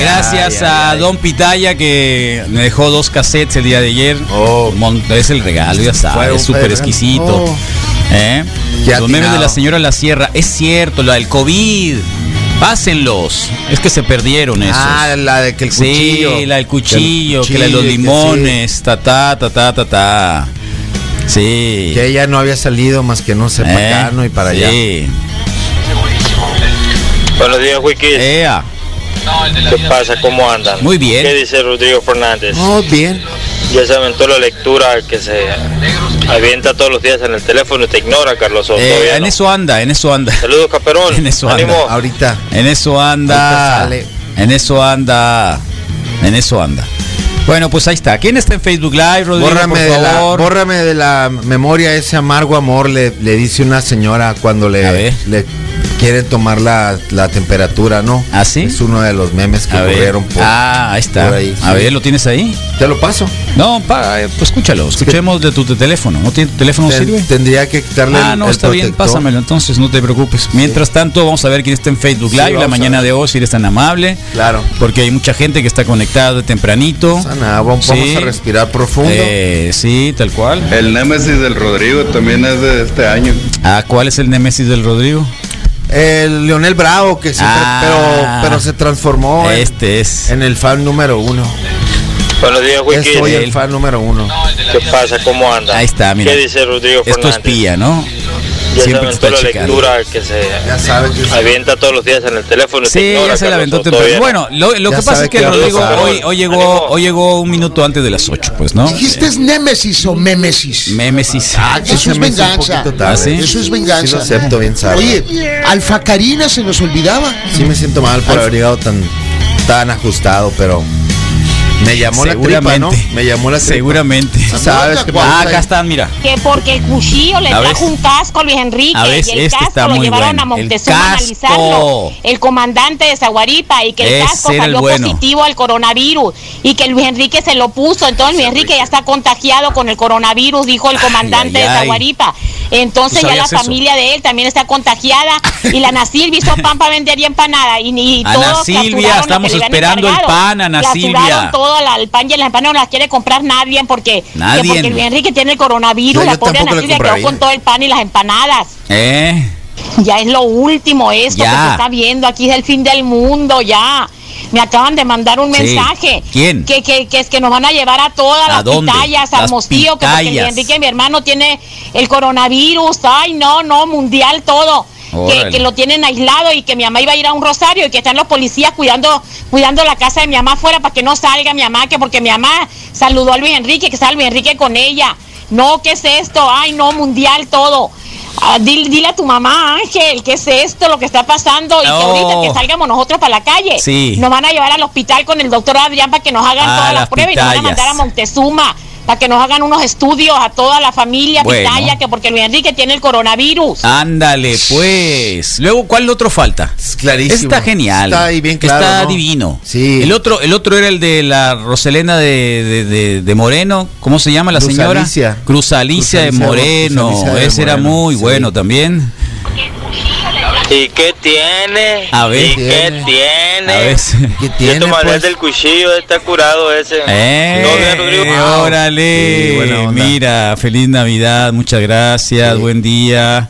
[SPEAKER 1] Gracias a Don Pitaya que me dejó dos cassettes el día de ayer. Mon- es el regalo, ya
[SPEAKER 3] Oh. Fue
[SPEAKER 1] sabes,
[SPEAKER 3] un-
[SPEAKER 1] es súper exquisito.
[SPEAKER 3] Oh.
[SPEAKER 1] ¿Eh?
[SPEAKER 3] Qué
[SPEAKER 1] Los memes
[SPEAKER 3] atinado.
[SPEAKER 1] de la señora La Sierra, es cierto, la del COVID. Pásenlos. Es que se perdieron esos.
[SPEAKER 3] Ah, la de que el cuchillo.
[SPEAKER 1] Sí, la del cuchillo,
[SPEAKER 3] Que el
[SPEAKER 1] que la de los
[SPEAKER 3] cuchillo, que
[SPEAKER 1] limones, ta ta ta ta ta ta. Sí.
[SPEAKER 3] sí, Que ella no había salido más que
[SPEAKER 1] Eh,
[SPEAKER 3] no sé, para acá, no, y para allá.
[SPEAKER 11] Buenos días, Wiki.
[SPEAKER 1] allá.
[SPEAKER 11] ¿Qué pasa? ¿Cómo andan?
[SPEAKER 1] Muy bien. Eh,
[SPEAKER 11] ¿Qué dice Rodrigo Fernández?
[SPEAKER 3] Oh, bien.
[SPEAKER 11] Ya se aventó la lectura que se avienta todos los días en el teléfono y te ignora, Carlos. ¿o
[SPEAKER 1] Eh,
[SPEAKER 11] todavía
[SPEAKER 1] en
[SPEAKER 11] no?
[SPEAKER 1] eso anda, en eso anda.
[SPEAKER 11] Saludos, Caperón.
[SPEAKER 1] En eso anda.
[SPEAKER 11] Ánimo.
[SPEAKER 3] Ahorita.
[SPEAKER 1] En eso
[SPEAKER 3] Ahorita
[SPEAKER 1] anda.
[SPEAKER 3] sale.
[SPEAKER 1] En eso anda. En eso anda. Bueno, pues ahí está. ¿Quién está en Facebook Live, Rodrigo?
[SPEAKER 3] Bórrame
[SPEAKER 1] por
[SPEAKER 3] de, la,
[SPEAKER 1] favor.
[SPEAKER 3] bórrame de la memoria ese amargo amor, le, le dice una señora cuando
[SPEAKER 1] A
[SPEAKER 3] le,
[SPEAKER 1] ver.
[SPEAKER 3] le quiere tomar la, la temperatura, ¿no?
[SPEAKER 1] ¿Ah, sí?
[SPEAKER 3] Es uno de los memes que
[SPEAKER 1] A ver.
[SPEAKER 3] corrieron por.
[SPEAKER 1] ah, ahí está.
[SPEAKER 3] por ahí,
[SPEAKER 1] A
[SPEAKER 3] sí.
[SPEAKER 1] ver, ¿lo tienes ahí?
[SPEAKER 3] Te lo paso.
[SPEAKER 1] No, pa- eh, pues escúchalo. Escuchemos de tu tu teléfono. ¿No tiene tu teléfono?
[SPEAKER 3] Ten-
[SPEAKER 1] sirve?
[SPEAKER 3] Tendría que quitarle
[SPEAKER 1] Ah,
[SPEAKER 3] el-
[SPEAKER 1] no,
[SPEAKER 3] el
[SPEAKER 1] está bien,
[SPEAKER 3] protector.
[SPEAKER 1] pásamelo entonces, no te preocupes. Mientras tanto, vamos a ver quién está en Facebook
[SPEAKER 3] Sí,
[SPEAKER 1] Live la
[SPEAKER 3] vamos a
[SPEAKER 1] mañana
[SPEAKER 3] ver.
[SPEAKER 1] de hoy, si eres tan amable,
[SPEAKER 3] Claro.
[SPEAKER 1] porque hay mucha gente que está conectada de tempranito.
[SPEAKER 3] Sana, vamos, vamos
[SPEAKER 1] Sí.
[SPEAKER 3] a respirar profundo.
[SPEAKER 1] Eh, sí, tal cual.
[SPEAKER 12] El Némesis del Rodrigo también es de este año.
[SPEAKER 1] Ah, ¿cuál es el némesis del Rodrigo?
[SPEAKER 3] El Leonel Bravo, que siempre,
[SPEAKER 1] Ah.
[SPEAKER 3] pero, pero se
[SPEAKER 11] Ah,
[SPEAKER 3] transformó en,
[SPEAKER 1] Este es.
[SPEAKER 3] en el fan número uno.
[SPEAKER 11] Buenos días, Wiki.
[SPEAKER 3] Soy el
[SPEAKER 1] él.
[SPEAKER 3] fan número uno.
[SPEAKER 11] ¿Qué pasa? ¿Cómo andan?
[SPEAKER 1] Ahí está, mira.
[SPEAKER 11] ¿Qué dice Rodrigo
[SPEAKER 1] Esto
[SPEAKER 11] Fernández?
[SPEAKER 1] es pía, ¿no?
[SPEAKER 11] Ya se
[SPEAKER 1] Siempre te
[SPEAKER 11] aventó
[SPEAKER 1] está
[SPEAKER 11] la
[SPEAKER 1] checando.
[SPEAKER 11] lectura que se
[SPEAKER 3] Ya sabes que
[SPEAKER 11] avienta todos los días en el teléfono y te
[SPEAKER 1] Sí,
[SPEAKER 11] ignora,
[SPEAKER 1] ya se la
[SPEAKER 11] Carlos,
[SPEAKER 1] aventó
[SPEAKER 11] ¿o todavía
[SPEAKER 1] temprano.
[SPEAKER 11] no?
[SPEAKER 1] Bueno, lo, lo
[SPEAKER 3] Ya
[SPEAKER 1] que pasa
[SPEAKER 3] sabe
[SPEAKER 1] es que
[SPEAKER 3] que
[SPEAKER 1] el Rodrigo
[SPEAKER 11] Rosa-
[SPEAKER 1] hoy, hoy llegó, hoy llegó un minuto antes de las 8, pues, ¿no?
[SPEAKER 4] ¿Dijiste es Némesis o Mémesis?
[SPEAKER 1] Mémesis.
[SPEAKER 4] Ah, eso es
[SPEAKER 3] se me hizo un
[SPEAKER 4] venganza.
[SPEAKER 3] poquito tarde.
[SPEAKER 1] ¿Ah, sí?
[SPEAKER 4] Eso es
[SPEAKER 3] Sí lo
[SPEAKER 4] venganza.
[SPEAKER 3] acepto bien, sabe.
[SPEAKER 4] Oye, Alfa Karina se nos olvidaba.
[SPEAKER 3] Sí me siento mal por
[SPEAKER 4] Al-
[SPEAKER 3] haber llegado tan, tan ajustado, pero me llamó la tripa, ¿no?
[SPEAKER 1] Seguramente.
[SPEAKER 3] Me llamó la tripa.
[SPEAKER 1] Seguramente.
[SPEAKER 3] ¿Sabes qué
[SPEAKER 1] Ah,
[SPEAKER 3] pasa ahí?
[SPEAKER 1] acá están, mira.
[SPEAKER 8] Que porque el cuchillo le
[SPEAKER 1] ¿La ves?
[SPEAKER 8] trajo un casco a Luis Enrique
[SPEAKER 1] ¿La ves?
[SPEAKER 8] y el
[SPEAKER 1] Este está
[SPEAKER 8] casco lo
[SPEAKER 1] muy
[SPEAKER 8] llevaron
[SPEAKER 1] bueno.
[SPEAKER 8] a
[SPEAKER 1] El
[SPEAKER 8] Montezuma a
[SPEAKER 1] casco.
[SPEAKER 8] analizarlo. El comandante de Zaguaripa y que el
[SPEAKER 1] Ese
[SPEAKER 8] casco
[SPEAKER 1] era el
[SPEAKER 8] salió
[SPEAKER 1] bueno.
[SPEAKER 8] positivo al coronavirus y que Luis Enrique se lo puso. Entonces Luis Enrique ya está contagiado con el coronavirus, dijo el comandante
[SPEAKER 1] ay, ay.
[SPEAKER 8] de Zaguaripa. Entonces
[SPEAKER 1] ¿Tú
[SPEAKER 8] ya la
[SPEAKER 1] sabías eso?
[SPEAKER 8] familia de él también está contagiada y la Ana Silvia hizo pan para vender y empanada y ni y
[SPEAKER 1] Ana
[SPEAKER 8] todos
[SPEAKER 1] Silvia,
[SPEAKER 8] capturaron lo que
[SPEAKER 1] estamos
[SPEAKER 8] le habían
[SPEAKER 1] esperando el
[SPEAKER 8] encargado.
[SPEAKER 1] pan, Ana
[SPEAKER 8] Capturaron
[SPEAKER 1] Silvia.
[SPEAKER 8] todo la- el pan y las empanadas no las quiere comprar nadie porque, que
[SPEAKER 1] Nadie.
[SPEAKER 8] porque Luis Enrique tiene el coronavirus,
[SPEAKER 3] Yo-
[SPEAKER 8] la
[SPEAKER 3] yo
[SPEAKER 8] pobre
[SPEAKER 3] tampoco
[SPEAKER 8] Ana
[SPEAKER 3] la
[SPEAKER 8] Silvia quedó
[SPEAKER 3] compraría.
[SPEAKER 8] con todo el pan y las empanadas.
[SPEAKER 1] ¿Eh?
[SPEAKER 8] Ya es lo último esto
[SPEAKER 1] Ya.
[SPEAKER 8] que se está viendo, aquí es el fin del mundo ya. Me acaban de mandar un
[SPEAKER 1] Sí.
[SPEAKER 8] mensaje.
[SPEAKER 1] ¿Quién?
[SPEAKER 8] Que, que, que es que nos van a llevar a todas
[SPEAKER 1] ¿A
[SPEAKER 8] las
[SPEAKER 1] dónde?
[SPEAKER 8] pitayas,
[SPEAKER 1] Las
[SPEAKER 8] al mostío, que porque Luis
[SPEAKER 1] pitayas.
[SPEAKER 8] Enrique, mi hermano, tiene el coronavirus. Ay, no, no, mundial todo. Que,
[SPEAKER 1] Órale.
[SPEAKER 8] que lo tienen aislado y que mi mamá iba a ir a un rosario y que están los policías cuidando cuidando la casa de mi mamá afuera para que no salga mi mamá, que porque mi mamá saludó a Luis Enrique, que estaba Luis Enrique con ella. No, ¿qué es esto? Ay, no, mundial todo. Ah, dile, dile a tu mamá, Ángel, ¿qué es esto? Lo que está pasando y que ahorita
[SPEAKER 1] No.
[SPEAKER 8] que salgamos nosotros para la calle.
[SPEAKER 1] Oh, Sí.
[SPEAKER 8] Nos van a llevar al hospital con el doctor Adrián para que nos hagan
[SPEAKER 1] Ah,
[SPEAKER 8] todas las
[SPEAKER 1] las
[SPEAKER 8] pruebas y nos van a mandar a
[SPEAKER 1] pitayas.
[SPEAKER 8] Montezuma para que nos hagan unos estudios a toda la familia
[SPEAKER 1] Bueno.
[SPEAKER 8] pitaya, que porque Luis Enrique tiene el coronavirus.
[SPEAKER 1] Ándale, pues. Luego, ¿cuál otro falta?
[SPEAKER 3] Es clarísimo.
[SPEAKER 1] Está genial.
[SPEAKER 3] Está ahí bien claro.
[SPEAKER 1] Está
[SPEAKER 3] ¿no?
[SPEAKER 1] divino.
[SPEAKER 3] Sí.
[SPEAKER 1] El otro, el otro era el de la Roselena de, de- de- de Moreno. ¿Cómo se llama la
[SPEAKER 3] Cruz
[SPEAKER 1] señora?
[SPEAKER 3] Alicia.
[SPEAKER 1] Cruz Alicia de
[SPEAKER 3] Cruz Alicia de-
[SPEAKER 1] Moreno.
[SPEAKER 3] Cruz Alicia de
[SPEAKER 1] Ese era
[SPEAKER 3] Moreno,
[SPEAKER 1] muy
[SPEAKER 3] sí.
[SPEAKER 1] bueno también.
[SPEAKER 11] ¿Y qué tiene?
[SPEAKER 1] A ver.
[SPEAKER 11] ¿Y qué
[SPEAKER 3] Tiene.
[SPEAKER 11] tiene?
[SPEAKER 1] A veces.
[SPEAKER 3] ¿Qué
[SPEAKER 11] Yo
[SPEAKER 3] tiene,
[SPEAKER 11] tomaré
[SPEAKER 3] pues?
[SPEAKER 11] el del cuchillo, está curado ese.
[SPEAKER 1] Eh,
[SPEAKER 11] No, de Rodrigo.
[SPEAKER 1] eh,
[SPEAKER 3] Sí,
[SPEAKER 1] órale,
[SPEAKER 3] buena onda.
[SPEAKER 1] mira, feliz Navidad, muchas gracias,
[SPEAKER 3] Sí.
[SPEAKER 1] buen día.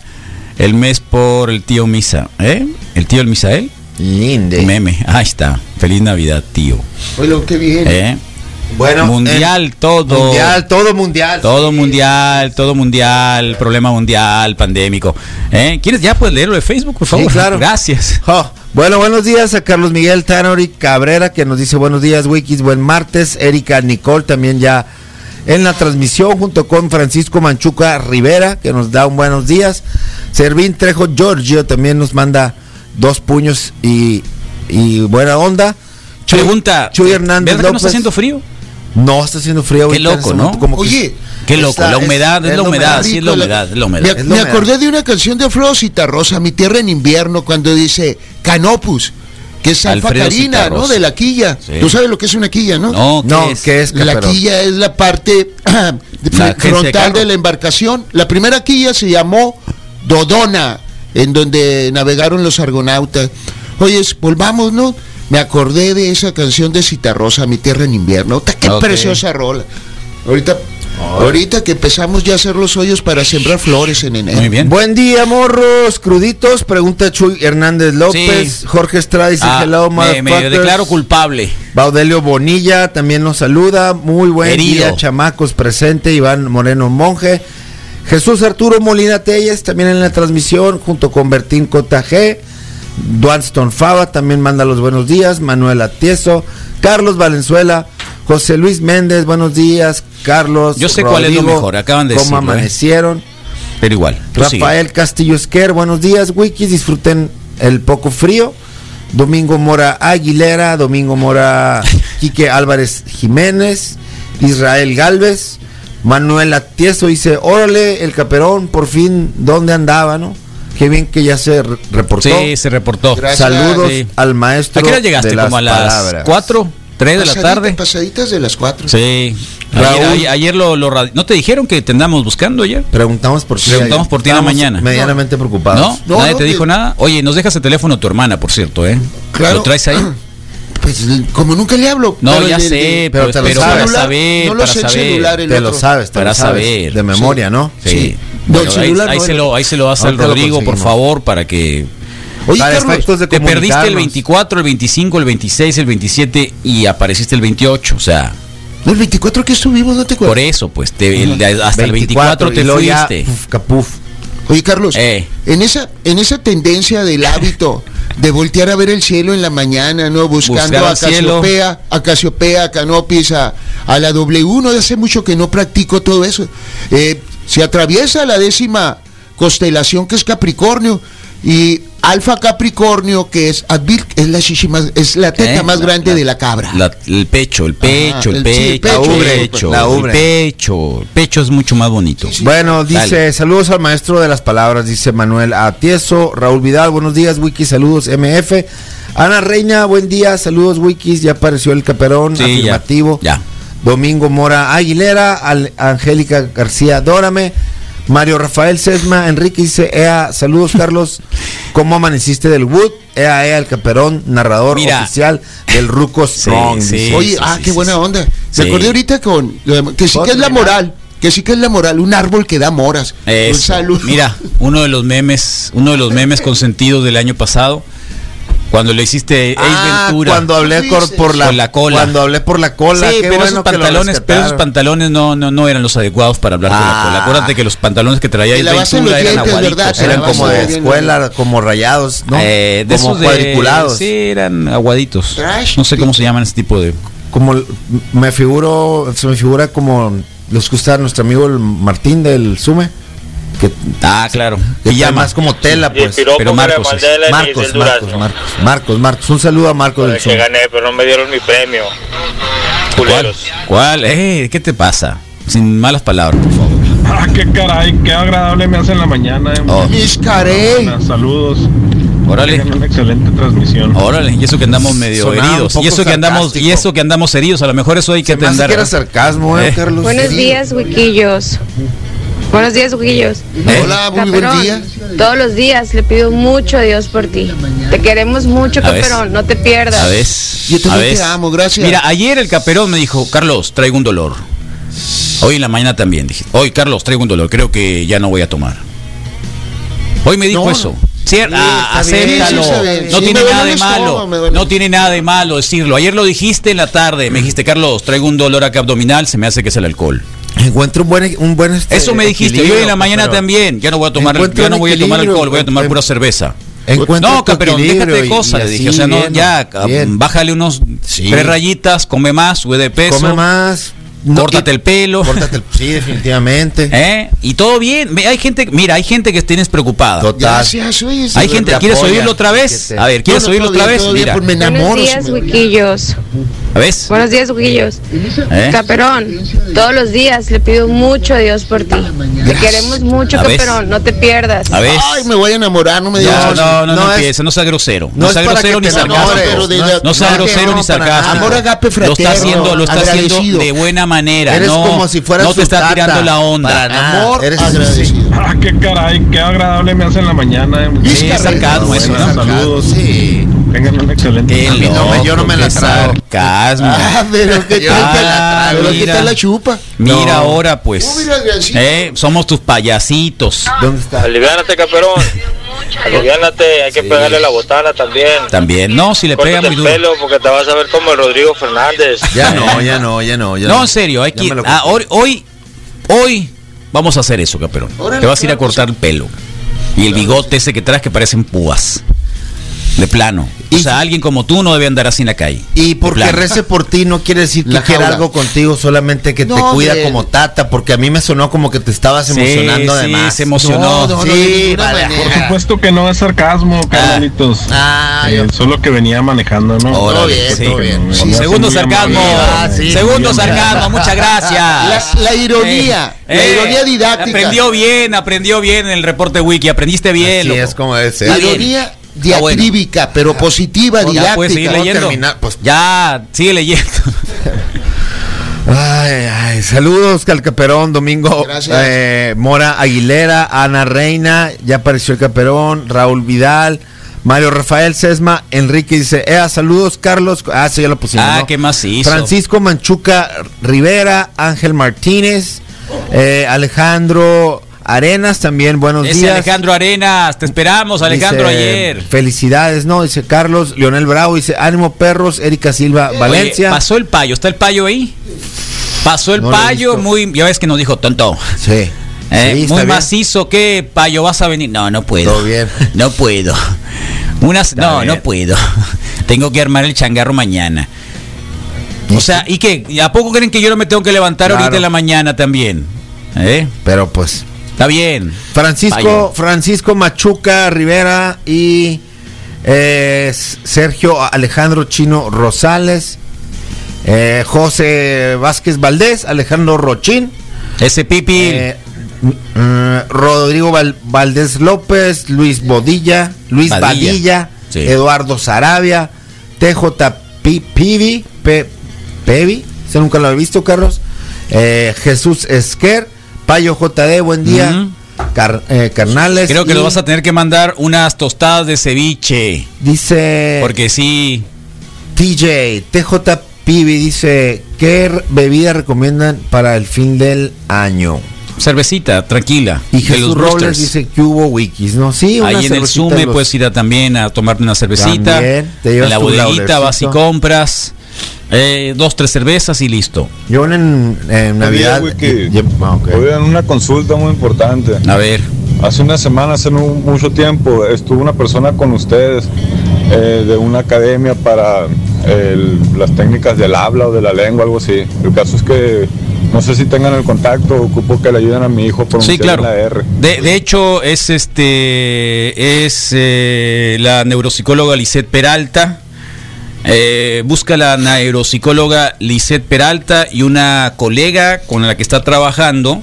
[SPEAKER 1] El mes por el tío Misa, ¿eh? El tío el Misael.
[SPEAKER 3] Linde.
[SPEAKER 1] Meme, ahí está. Feliz Navidad, tío.
[SPEAKER 3] Oye, qué bien.
[SPEAKER 1] ¿Eh?
[SPEAKER 3] Bueno,
[SPEAKER 1] mundial
[SPEAKER 3] eh,
[SPEAKER 1] todo.
[SPEAKER 3] Mundial, todo mundial.
[SPEAKER 1] Todo mundial, todo mundial, problema mundial, pandémico. ¿Eh? ¿Quieres ya puedes leerlo de Facebook, por favor?
[SPEAKER 3] Sí, claro.
[SPEAKER 1] Gracias.
[SPEAKER 3] Oh, Bueno, buenos días a Carlos Miguel Tanori Cabrera que nos dice buenos días, Wikis, buen martes. Erika Nicole también ya en la transmisión junto con Francisco Manchuca Rivera que nos da un buenos días. Servín Trejo Giorgio también nos manda dos puños y, y buena onda. Chuy-
[SPEAKER 1] Pregunta. eh,
[SPEAKER 3] Chuy Hernández
[SPEAKER 1] ¿Verdad que no
[SPEAKER 3] López.
[SPEAKER 1] está haciendo frío?
[SPEAKER 3] No, está haciendo frío.
[SPEAKER 1] Qué
[SPEAKER 3] ahorita en
[SPEAKER 1] loco,
[SPEAKER 3] este
[SPEAKER 1] ¿no?
[SPEAKER 3] momento, como que-
[SPEAKER 4] Oye,
[SPEAKER 1] Qué loco,
[SPEAKER 3] Esta
[SPEAKER 1] la
[SPEAKER 3] es-
[SPEAKER 1] humedad, es,
[SPEAKER 3] es
[SPEAKER 1] la
[SPEAKER 3] la
[SPEAKER 1] humedad,
[SPEAKER 3] humedad,
[SPEAKER 1] sí es la
[SPEAKER 4] Nicola.
[SPEAKER 1] humedad, es la
[SPEAKER 4] Me,
[SPEAKER 1] humedad.
[SPEAKER 3] Es la
[SPEAKER 4] me
[SPEAKER 3] humedad.
[SPEAKER 4] acordé de una canción de Flor Rosa, Mi Tierra en Invierno, cuando dice Canopus, que es Alfa
[SPEAKER 1] Alfredo
[SPEAKER 4] Carina,
[SPEAKER 1] Citarrosa.
[SPEAKER 4] ¿no? De la quilla.
[SPEAKER 1] Sí.
[SPEAKER 4] Tú sabes lo que es una quilla, ¿no?
[SPEAKER 1] No, ¿qué
[SPEAKER 3] No,
[SPEAKER 1] es?
[SPEAKER 3] que es
[SPEAKER 4] la
[SPEAKER 3] Pero-
[SPEAKER 4] quilla es la parte
[SPEAKER 1] La agencia de
[SPEAKER 4] frontal
[SPEAKER 1] cargo.
[SPEAKER 4] de la embarcación. La primera quilla se llamó Dodona, en donde navegaron los argonautas. Oye, volvamos, ¿no? Me acordé de esa canción de Citarrosa, Mi Tierra en Invierno. ¡Ta, ¡Qué
[SPEAKER 1] Ok.
[SPEAKER 4] preciosa rola! Ahorita, ahorita que empezamos ya a hacer los hoyos para sembrar flores en enero.
[SPEAKER 1] Muy bien.
[SPEAKER 3] Buen día, morros, cruditos. Pregunta Chuy Hernández López.
[SPEAKER 1] Sí.
[SPEAKER 3] Jorge Estrada dice
[SPEAKER 1] Ah,
[SPEAKER 3] hello,
[SPEAKER 1] me, me
[SPEAKER 3] motherfuckers.
[SPEAKER 1] declaro culpable.
[SPEAKER 3] Baudelio Bonilla también nos saluda. Muy buen
[SPEAKER 1] Herido.
[SPEAKER 3] día, chamacos presente. Iván Moreno Monje. Jesús Arturo Molina Telles también en la transmisión, junto con Bertín Cota G. Duanston Fava también manda los buenos días. Manuel Atieso. Carlos Valenzuela. José Luis Méndez, buenos días. Carlos.
[SPEAKER 1] Yo sé cuál es lo
[SPEAKER 3] Rodrigo,
[SPEAKER 1] mejor, acaban de
[SPEAKER 3] ¿Cómo
[SPEAKER 1] decirlo, eh?
[SPEAKER 3] amanecieron?
[SPEAKER 1] Pero igual. tú sigue.
[SPEAKER 3] Rafael Castillo Esquer, buenos días, Wikis, disfruten el poco frío. Domingo Mora Aguilera, Domingo Mora Quique Álvarez Jiménez, Israel Galvez, Manuel Atieso dice, órale, el caperón, por fin, ¿dónde andaba, no? Qué bien que ya se re- reportó.
[SPEAKER 1] Sí, se reportó.
[SPEAKER 4] Gracias.
[SPEAKER 3] Saludos
[SPEAKER 1] Sí.
[SPEAKER 3] al maestro.
[SPEAKER 1] ¿A qué hora llegaste?
[SPEAKER 3] de las
[SPEAKER 1] ¿Como a las
[SPEAKER 3] palabras.
[SPEAKER 1] 4, 3 de la
[SPEAKER 4] Pasadita-
[SPEAKER 1] tarde?
[SPEAKER 4] Pasaditas de las cuatro.
[SPEAKER 1] Sí. Ayer,
[SPEAKER 3] Raúl.
[SPEAKER 1] ayer- ayer lo, lo radi- ¿No te dijeron que te andamos buscando ayer?
[SPEAKER 3] Preguntamos por ti.
[SPEAKER 1] Preguntamos por ti en la
[SPEAKER 3] Estábamos
[SPEAKER 1] mañana.
[SPEAKER 3] Medianamente preocupados.
[SPEAKER 1] ¿No?
[SPEAKER 4] No,
[SPEAKER 1] ¿Nadie
[SPEAKER 4] no,
[SPEAKER 1] te
[SPEAKER 4] que-
[SPEAKER 1] dijo nada? Oye, nos dejas el teléfono a tu hermana, por cierto, ¿eh?
[SPEAKER 4] Claro.
[SPEAKER 1] ¿Lo traes ahí?
[SPEAKER 4] Pues como nunca le hablo.
[SPEAKER 1] No,
[SPEAKER 4] pero
[SPEAKER 1] ya
[SPEAKER 4] el- el-
[SPEAKER 1] sé,
[SPEAKER 4] el-
[SPEAKER 1] pero,
[SPEAKER 3] pero te lo
[SPEAKER 1] pero
[SPEAKER 3] sabes.
[SPEAKER 1] para
[SPEAKER 4] celular,
[SPEAKER 1] saber,
[SPEAKER 4] no lo
[SPEAKER 1] para
[SPEAKER 4] sé el
[SPEAKER 1] saber.
[SPEAKER 4] celular, el
[SPEAKER 3] Te lo
[SPEAKER 4] otro.
[SPEAKER 3] sabes, te
[SPEAKER 1] Para
[SPEAKER 3] lo sabes.
[SPEAKER 1] saber.
[SPEAKER 3] De memoria, ¿no?
[SPEAKER 1] Sí.
[SPEAKER 4] Del
[SPEAKER 1] Bueno, ahí-
[SPEAKER 4] celular,
[SPEAKER 1] ahí,
[SPEAKER 4] no,
[SPEAKER 1] se lo, ahí se lo das al
[SPEAKER 3] Ahorita lo
[SPEAKER 1] Rodrigo, por
[SPEAKER 3] conseguimos.
[SPEAKER 1] favor, para que...
[SPEAKER 4] Oye,
[SPEAKER 3] Para
[SPEAKER 4] Carlos,
[SPEAKER 3] efectos de
[SPEAKER 1] Te perdiste el
[SPEAKER 3] comunicarnos.
[SPEAKER 1] 24, el 25, el 26, el 27 y apareciste el 28, o sea...
[SPEAKER 4] el 24 que estuvimos, no te acuerdas.
[SPEAKER 1] Por eso, pues, te- el- hasta el 24
[SPEAKER 3] y
[SPEAKER 1] te
[SPEAKER 3] luego ya,
[SPEAKER 1] fuiste.
[SPEAKER 3] puf, capuf.
[SPEAKER 4] Oye, Carlos,
[SPEAKER 1] Eh.
[SPEAKER 4] en esa en esa tendencia del hábito de voltear a ver el cielo en la mañana, ¿no? Buscando
[SPEAKER 1] Buscar
[SPEAKER 4] a
[SPEAKER 1] al cielo.
[SPEAKER 4] Casiopea, a Casiopea, a Canopis, a, a la W. No hace mucho que no practico todo eso. Eh, se atraviesa la décima constelación que es Capricornio y Alfa Capricornio que es Advil, es la shishi más- es la teta
[SPEAKER 1] ¿Eh?
[SPEAKER 4] más
[SPEAKER 1] La-
[SPEAKER 4] grande
[SPEAKER 1] la-
[SPEAKER 4] de la cabra.
[SPEAKER 1] la- el pecho, el pecho,
[SPEAKER 4] Ajá,
[SPEAKER 1] el
[SPEAKER 4] Ah, el- sí, el
[SPEAKER 1] pecho,
[SPEAKER 4] pecho,
[SPEAKER 1] el
[SPEAKER 4] la ubre,
[SPEAKER 1] pecho,
[SPEAKER 3] la ubre.
[SPEAKER 1] el pecho. El pecho es mucho más bonito.
[SPEAKER 3] Bueno, dice,
[SPEAKER 1] Dale.
[SPEAKER 3] saludos al maestro de las palabras, dice Manuel Atieso, Raúl Vidal, buenos días, Wiki, saludos, MF. Ana Reina, buen día, saludos, Wikis, ya apareció el caperón,
[SPEAKER 1] Sí, ya,
[SPEAKER 3] afirmativo.
[SPEAKER 1] ya.
[SPEAKER 3] Domingo Mora Aguilera, Al- Angélica García Dórame, Mario Rafael Sesma, Enrique dice, ea, saludos, Carlos, ¿cómo amaneciste del Wood? Ea, ea, el caperón, narrador
[SPEAKER 1] Mira.
[SPEAKER 3] oficial del Ruco Strong.
[SPEAKER 1] sí,
[SPEAKER 3] dice.
[SPEAKER 4] Oye,
[SPEAKER 1] sí,
[SPEAKER 4] ah,
[SPEAKER 1] sí,
[SPEAKER 4] qué
[SPEAKER 1] sí,
[SPEAKER 4] buena
[SPEAKER 1] sí.
[SPEAKER 4] onda.
[SPEAKER 1] Sí.
[SPEAKER 4] Me acordé ahorita con lo de- que sí que es la moral, que sí que es la moral, un árbol que da moras.
[SPEAKER 1] Eso.
[SPEAKER 4] Un saludo.
[SPEAKER 1] Mira, uno de los memes, uno de los memes consentidos del año pasado, cuando le hiciste Ace
[SPEAKER 3] Ah,
[SPEAKER 1] Ventura.
[SPEAKER 3] cuando hablé
[SPEAKER 4] Sí,
[SPEAKER 3] cor-
[SPEAKER 4] sí.
[SPEAKER 3] por la,
[SPEAKER 1] Con la cola.
[SPEAKER 3] Cuando hablé por la cola,
[SPEAKER 1] Sí,
[SPEAKER 3] qué
[SPEAKER 1] pero
[SPEAKER 3] bueno
[SPEAKER 1] esos
[SPEAKER 3] que lo
[SPEAKER 1] pantalones, pero esos
[SPEAKER 3] rescataron.
[SPEAKER 1] pantalones no, no, no eran los adecuados para hablar de la
[SPEAKER 3] Ah.
[SPEAKER 1] cola. Acuérdate que los pantalones que traía
[SPEAKER 4] Te
[SPEAKER 1] Ace
[SPEAKER 4] lavaste los
[SPEAKER 1] Ventura eran
[SPEAKER 4] dientes,
[SPEAKER 1] aguaditos,
[SPEAKER 4] ¿verdad? Te
[SPEAKER 3] Eran
[SPEAKER 4] lavaste
[SPEAKER 3] como de
[SPEAKER 4] bien,
[SPEAKER 3] escuela, como rayados, ¿no?
[SPEAKER 1] eh, de
[SPEAKER 3] como
[SPEAKER 1] esos de-
[SPEAKER 3] cuadriculados.
[SPEAKER 1] Sí, eran aguaditos.
[SPEAKER 4] Trash.
[SPEAKER 1] No sé cómo se llaman ese tipo de.
[SPEAKER 3] Como l- me figuro, se me figura como los que usa nuestro amigo el Martín del Sume, que,
[SPEAKER 1] Ah, claro.
[SPEAKER 3] que trae
[SPEAKER 1] Pijama.
[SPEAKER 3] más como tela,
[SPEAKER 11] Y el
[SPEAKER 3] pues.
[SPEAKER 11] piropo
[SPEAKER 1] pero
[SPEAKER 11] que le
[SPEAKER 1] Marcos es-
[SPEAKER 11] mandé a la Marcos,
[SPEAKER 3] Marcos,
[SPEAKER 11] del
[SPEAKER 3] Marcos,
[SPEAKER 11] Durazno.
[SPEAKER 3] Marcos, Marcos, Marcos. Un saludo a Marcos
[SPEAKER 11] Con
[SPEAKER 3] del
[SPEAKER 11] el que
[SPEAKER 3] Sume.
[SPEAKER 11] gané, pero no me dieron mi premio.
[SPEAKER 1] ¿Cuál?
[SPEAKER 11] Culeros.
[SPEAKER 1] ¿Cuál? Eh, ¿Qué te pasa? Sin malas palabras, por favor.
[SPEAKER 6] Ah, qué caray, qué agradable me hacen la mañana. eh.
[SPEAKER 1] Oh,
[SPEAKER 4] Mis carey.
[SPEAKER 6] Buenas, saludos.
[SPEAKER 1] órale.
[SPEAKER 6] Tengan Una excelente transmisión.
[SPEAKER 1] Órale, y eso que andamos medio
[SPEAKER 3] Sonaba un
[SPEAKER 1] heridos.
[SPEAKER 3] poco
[SPEAKER 1] Y eso que andamos,
[SPEAKER 3] sarcástico.
[SPEAKER 1] y eso que andamos heridos, a lo mejor eso hay que
[SPEAKER 3] Se me hace
[SPEAKER 1] atender.
[SPEAKER 3] que era sarcasmo, eh,
[SPEAKER 1] Eh.
[SPEAKER 3] Carlos.
[SPEAKER 13] Buenos
[SPEAKER 3] Sí.
[SPEAKER 13] días, Wiquillos. Buenos días, Wiquillos.
[SPEAKER 1] ¿Eh?
[SPEAKER 4] Hola, muy buen
[SPEAKER 13] Caperón,
[SPEAKER 4] día.
[SPEAKER 13] Todos los días le pido mucho a Dios por ti. Te queremos mucho,
[SPEAKER 1] A ver.
[SPEAKER 13] Caperón. No te pierdas.
[SPEAKER 1] A veces.
[SPEAKER 4] Yo también
[SPEAKER 1] a veces.
[SPEAKER 4] te amo, gracias.
[SPEAKER 1] Mira, ayer el caperón me dijo, Carlos, traigo un dolor. Hoy en la mañana también dije, hoy Carlos, traigo un dolor, creo que ya no voy a tomar. Hoy me dijo
[SPEAKER 4] No,
[SPEAKER 1] eso. Cier- ah,
[SPEAKER 7] está bien.
[SPEAKER 1] acéptalo.
[SPEAKER 7] Sí, sí, está bien.
[SPEAKER 1] No
[SPEAKER 7] Sí,
[SPEAKER 1] tiene
[SPEAKER 7] me duele
[SPEAKER 1] nada de
[SPEAKER 7] el estómago,
[SPEAKER 1] malo.
[SPEAKER 7] me duele.
[SPEAKER 1] No tiene nada de malo decirlo. Ayer lo dijiste en la tarde. Me dijiste, Carlos, traigo un dolor acá abdominal. Se me hace que es el alcohol.
[SPEAKER 3] Encuentro un buen, un buen este,
[SPEAKER 1] Eso me dijiste. Hoy
[SPEAKER 3] equilibrio,
[SPEAKER 1] en la mañana
[SPEAKER 3] pero-
[SPEAKER 1] también. Ya no voy a tomar,
[SPEAKER 3] Encuentra
[SPEAKER 1] ya no
[SPEAKER 3] un
[SPEAKER 1] voy a tomar
[SPEAKER 3] equilibrio,
[SPEAKER 1] alcohol. Voy a tomar
[SPEAKER 3] en-
[SPEAKER 1] pura cerveza.
[SPEAKER 3] Encuentra
[SPEAKER 1] no,
[SPEAKER 3] tu
[SPEAKER 1] campeón, déjate
[SPEAKER 3] equilibrio
[SPEAKER 1] de
[SPEAKER 3] y-
[SPEAKER 1] cosas.
[SPEAKER 3] y
[SPEAKER 1] le dije,
[SPEAKER 3] así,
[SPEAKER 1] o sea, no,
[SPEAKER 3] bien,
[SPEAKER 1] ya, ca-
[SPEAKER 3] bien.
[SPEAKER 1] bájale unos tres rayitas, come más, sube de peso.
[SPEAKER 3] Come más. No,
[SPEAKER 1] Córtate
[SPEAKER 3] y-
[SPEAKER 1] el pelo.
[SPEAKER 3] Córtate el Sí, definitivamente.
[SPEAKER 1] ¿Eh? Y todo bien. Ve, Hay gente, mira, hay gente que tienes preocupada.
[SPEAKER 4] Gracias, oye.
[SPEAKER 1] Hay
[SPEAKER 4] se-
[SPEAKER 1] gente,
[SPEAKER 4] te
[SPEAKER 1] ¿quieres
[SPEAKER 4] apoya.
[SPEAKER 1] oírlo otra vez? A ver, ¿quieres
[SPEAKER 4] No, no,
[SPEAKER 1] oírlo
[SPEAKER 4] todo
[SPEAKER 1] otra
[SPEAKER 4] bien,
[SPEAKER 1] vez?
[SPEAKER 4] todo bien,
[SPEAKER 1] Mira.
[SPEAKER 4] pues me
[SPEAKER 13] Buenos
[SPEAKER 4] enamoro.
[SPEAKER 13] días,
[SPEAKER 4] si me-
[SPEAKER 13] Wiquillos.
[SPEAKER 1] ¿A ves?
[SPEAKER 13] Buenos días, Wiquillos.
[SPEAKER 1] ¿Eh?
[SPEAKER 13] Caperón, todos los días le pido mucho a Dios por ti. Te
[SPEAKER 4] Gracias.
[SPEAKER 13] queremos mucho,
[SPEAKER 1] A ver.
[SPEAKER 13] Caperón, no te pierdas.
[SPEAKER 1] A ver.
[SPEAKER 4] Ay, me voy a enamorar, Este no me digas.
[SPEAKER 1] No,
[SPEAKER 4] eso.
[SPEAKER 1] no, no, no,
[SPEAKER 4] es-
[SPEAKER 1] empiece, no sea grosero.
[SPEAKER 4] no
[SPEAKER 1] No,
[SPEAKER 4] es
[SPEAKER 1] sea
[SPEAKER 4] para
[SPEAKER 1] grosero
[SPEAKER 4] que
[SPEAKER 1] ni
[SPEAKER 4] te enamores,
[SPEAKER 1] sarcástico.
[SPEAKER 4] pero de-
[SPEAKER 1] No, sea
[SPEAKER 4] no, que
[SPEAKER 1] grosero
[SPEAKER 4] no,
[SPEAKER 1] ni
[SPEAKER 4] para nada.
[SPEAKER 1] sarcástico.
[SPEAKER 4] Amor agape
[SPEAKER 1] Lo está
[SPEAKER 4] fraterno,
[SPEAKER 1] haciendo, lo está haciendo
[SPEAKER 4] agradecido.
[SPEAKER 1] de buena manera.
[SPEAKER 4] Eres
[SPEAKER 1] no,
[SPEAKER 4] como si fueras
[SPEAKER 1] no te
[SPEAKER 4] su
[SPEAKER 1] está
[SPEAKER 4] tata.
[SPEAKER 1] tirando la onda.
[SPEAKER 4] Para nada, Amor eres- agradecido.
[SPEAKER 6] Ah, qué caray, qué agradable me hace en la mañana. eh.
[SPEAKER 1] Sí, es sarcasmo eso, ¿no?
[SPEAKER 6] Saludos. Tengan un excelente
[SPEAKER 1] Qué
[SPEAKER 6] día.
[SPEAKER 1] loco,
[SPEAKER 3] yo no me
[SPEAKER 1] qué
[SPEAKER 3] la trago.
[SPEAKER 1] sarcasmo.
[SPEAKER 4] Ah, pero qué
[SPEAKER 1] Ah,
[SPEAKER 4] tal que la pero qué
[SPEAKER 1] mira.
[SPEAKER 4] tal la chupa.
[SPEAKER 1] Mira
[SPEAKER 4] No.
[SPEAKER 1] ahora, pues.
[SPEAKER 4] No, mira, Diancito.
[SPEAKER 1] Eh, somos tus payasitos.
[SPEAKER 3] ¿Dónde está?
[SPEAKER 11] Aliviánate, caperón. Aliviánate, hay que pegarle la botana también.
[SPEAKER 1] También. No, si le pega
[SPEAKER 11] Córtate el
[SPEAKER 1] muy duro.
[SPEAKER 11] pelo porque te vas a ver como el Rodrigo Fernández.
[SPEAKER 3] Ya no, ya no, ya no. Ya
[SPEAKER 1] No, en serio, hay
[SPEAKER 3] Ya
[SPEAKER 1] que.
[SPEAKER 3] me lo
[SPEAKER 1] ah, hoy, hoy, hoy vamos a hacer eso, caperón.
[SPEAKER 4] Órale,
[SPEAKER 1] Te vas a ir a
[SPEAKER 4] claro.
[SPEAKER 1] cortar el pelo. Y el bigote ese que traes que parecen púas. De plano. O sea, alguien como tú no debe andar así en la calle.
[SPEAKER 3] Y porque
[SPEAKER 1] Claro.
[SPEAKER 3] rece por ti no quiere decir que
[SPEAKER 4] La
[SPEAKER 3] quiera
[SPEAKER 4] jaula.
[SPEAKER 3] algo contigo, solamente que te
[SPEAKER 4] No,
[SPEAKER 3] cuida
[SPEAKER 4] de-
[SPEAKER 3] como tata, porque a mí me sonó como que te estabas
[SPEAKER 1] Sí,
[SPEAKER 3] emocionando
[SPEAKER 1] sí,
[SPEAKER 3] de más.
[SPEAKER 1] se emocionó.
[SPEAKER 3] No, no, no, de
[SPEAKER 4] Sí,
[SPEAKER 3] ninguna
[SPEAKER 4] vale.
[SPEAKER 6] Por
[SPEAKER 3] manera.
[SPEAKER 6] supuesto que no es sarcasmo, carnalitos.
[SPEAKER 3] Ah,
[SPEAKER 6] Eh,
[SPEAKER 3] yo-
[SPEAKER 6] solo que venía manejando,
[SPEAKER 1] Oh,
[SPEAKER 6] ¿no?
[SPEAKER 3] Órale,
[SPEAKER 6] Todo
[SPEAKER 3] bien,
[SPEAKER 6] sí,
[SPEAKER 3] todo
[SPEAKER 6] que
[SPEAKER 3] bien.
[SPEAKER 6] me-
[SPEAKER 3] Sí,
[SPEAKER 6] me hace
[SPEAKER 1] segundo
[SPEAKER 6] muy
[SPEAKER 1] sarcasmo.
[SPEAKER 6] amable.
[SPEAKER 3] Ah, sí.
[SPEAKER 1] Segundo
[SPEAKER 6] Muy
[SPEAKER 1] sarcasmo,
[SPEAKER 6] amable.
[SPEAKER 1] muchas gracias. Eh,
[SPEAKER 4] La- la ironía, la ironía didáctica.
[SPEAKER 1] Aprendió bien, aprendió bien en el reporte wiki, aprendiste bien.
[SPEAKER 3] Así
[SPEAKER 1] loco.
[SPEAKER 3] es como es.
[SPEAKER 1] Está
[SPEAKER 3] ¿eh?
[SPEAKER 1] bien.
[SPEAKER 4] Ironía
[SPEAKER 1] Ah, bueno.
[SPEAKER 4] diacríbica, pero positiva,
[SPEAKER 1] Ya puedes seguir
[SPEAKER 4] didáctica.
[SPEAKER 1] leyendo.
[SPEAKER 3] terminar, pues.
[SPEAKER 1] Ya, sigue leyendo.
[SPEAKER 3] Ay, ay, saludos, Calcaperón, Domingo
[SPEAKER 4] Gracias.
[SPEAKER 3] eh, Mora Aguilera, Ana Reina, ya apareció el Caperón, Raúl Vidal, Mario Rafael Sesma, Enrique dice, eh, saludos, Carlos. Ah, sí, ya lo pusimos.
[SPEAKER 1] Ah,
[SPEAKER 3] ¿no?
[SPEAKER 1] ¿qué más hizo?
[SPEAKER 3] Francisco Manchuca Rivera, Ángel Martínez, eh, Alejandro Arenas también, buenos
[SPEAKER 1] Ese
[SPEAKER 3] días.
[SPEAKER 1] Alejandro Arenas, te esperamos, Alejandro,
[SPEAKER 3] Dice,
[SPEAKER 1] ayer.
[SPEAKER 3] Felicidades, ¿no? Dice Carlos, Leonel Bravo, dice Ánimo Perros, Erika Silva, Valencia.
[SPEAKER 1] Oye, pasó el payo, ¿está el payo ahí? Pasó el
[SPEAKER 3] No lo he
[SPEAKER 1] payo,
[SPEAKER 3] visto.
[SPEAKER 1] muy. Ya ves que nos dijo tonto.
[SPEAKER 3] Sí.
[SPEAKER 1] Eh,
[SPEAKER 3] Sí, está
[SPEAKER 1] muy
[SPEAKER 3] bien.
[SPEAKER 1] macizo, ¿qué payo vas a venir? No, no puedo.
[SPEAKER 3] Todo bien.
[SPEAKER 1] No puedo. Unas, no,
[SPEAKER 3] bien.
[SPEAKER 1] no puedo. Tengo que armar el changarro mañana. O sea, ¿y qué? ¿Y ¿A poco creen que yo no me tengo que levantar
[SPEAKER 3] Claro.
[SPEAKER 1] ahorita en la mañana también? ¿Eh?
[SPEAKER 3] Pero pues.
[SPEAKER 1] Está bien.
[SPEAKER 3] Francisco,
[SPEAKER 1] Vaya.
[SPEAKER 3] Francisco Machuca Rivera y eh, Sergio Alejandro Chino Rosales, eh, José Vázquez Valdés, Alejandro Rochín,
[SPEAKER 1] Ese pipi.
[SPEAKER 3] eh, mm, Rodrigo Val- Valdés López, Luis Bodilla, Luis
[SPEAKER 1] Badilla.
[SPEAKER 3] Badilla,
[SPEAKER 1] Sí.
[SPEAKER 3] Eduardo Sarabia, TJ Pi- Pivi, Pe- Pevi, se nunca lo he visto, Carlos, eh, Jesús Esquer, Payo JD, buen día.
[SPEAKER 1] Ujú.
[SPEAKER 3] Car- eh, carnales.
[SPEAKER 1] Mm. Creo
[SPEAKER 3] y
[SPEAKER 1] que
[SPEAKER 3] Eh.
[SPEAKER 1] lo vas a tener que mandar unas tostadas de ceviche.
[SPEAKER 3] Dice
[SPEAKER 1] Porque sí.
[SPEAKER 3] TJ, TJ Pibi dice, ¿qué r- bebida recomiendan para el fin del año?
[SPEAKER 1] Cervecita, tranquila.
[SPEAKER 3] Y
[SPEAKER 1] de
[SPEAKER 3] Jesús
[SPEAKER 1] los
[SPEAKER 3] Robles
[SPEAKER 1] Roosters.
[SPEAKER 3] dice que hubo wikis, ¿no? Sí, una
[SPEAKER 1] Ahí en el
[SPEAKER 3] cervecita
[SPEAKER 1] Sume pues,
[SPEAKER 3] de los-
[SPEAKER 1] puedes ir a- también a tomarte una cervecita.
[SPEAKER 3] También, te llevas
[SPEAKER 1] en la
[SPEAKER 3] tu
[SPEAKER 1] bodeguita
[SPEAKER 3] laudercito.
[SPEAKER 1] vas y compras. eh, dos, tres cervezas y listo.
[SPEAKER 3] Yo en, en Navidad...
[SPEAKER 12] Oye, Wiki,
[SPEAKER 3] yo- ah, ok.
[SPEAKER 12] Oigan, una consulta muy importante.
[SPEAKER 1] A ver.
[SPEAKER 12] Hace una semana, hace no mucho tiempo, estuvo una persona con ustedes eh, de una academia para el- las técnicas del habla o de la lengua, algo así. El caso es que no sé si tengan el contacto, ocupo que le ayuden a mi hijo a pronunciar
[SPEAKER 1] Sí, claro.
[SPEAKER 12] la R.
[SPEAKER 1] De, de hecho, es este es eh, la neuropsicóloga Lisette Peralta. Eh, busca la neuropsicóloga Lisette Peralta y una colega con la que está trabajando.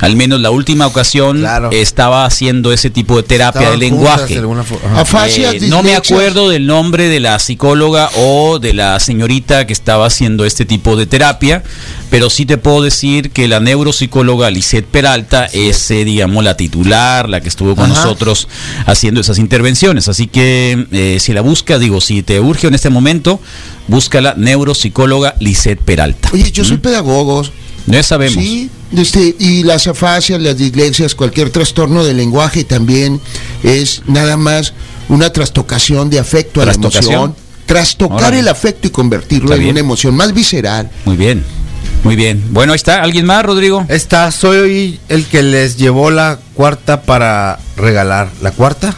[SPEAKER 1] Al menos la última ocasión
[SPEAKER 3] Claro.
[SPEAKER 1] estaba haciendo ese tipo de terapia
[SPEAKER 3] Estaban
[SPEAKER 1] de
[SPEAKER 3] juntas
[SPEAKER 1] lenguaje.
[SPEAKER 3] de alguna fo- ajá.
[SPEAKER 4] Afasias,
[SPEAKER 1] Eh, no me
[SPEAKER 4] dislexias.
[SPEAKER 1] acuerdo del nombre de la psicóloga o de la señorita que estaba haciendo este tipo de terapia, pero sí te puedo decir que la neuropsicóloga Lisette Peralta es, eh, digamos, la titular, la que estuvo con
[SPEAKER 3] Ajá.
[SPEAKER 1] nosotros haciendo esas intervenciones. Así que eh, si la buscas, digo, si te urge en este momento, búscala neuropsicóloga Lisette Peralta.
[SPEAKER 4] Oye, yo soy pedagogo.
[SPEAKER 1] Ya sabemos.
[SPEAKER 4] Sí, Este, y las afasias, las dislexias, cualquier trastorno del lenguaje también es nada más una trastocación de afecto a la
[SPEAKER 1] ¿Trastocación?
[SPEAKER 4] emoción. Trastocar
[SPEAKER 1] Órale.
[SPEAKER 4] el afecto y convertirlo
[SPEAKER 1] Está
[SPEAKER 4] en
[SPEAKER 1] bien.
[SPEAKER 4] una emoción más visceral.
[SPEAKER 1] Muy bien, muy bien. Bueno, ahí está. ¿Alguien más, Rodrigo?
[SPEAKER 3] Está, soy el que les llevó la cuarta para regalar. ¿La cuarta?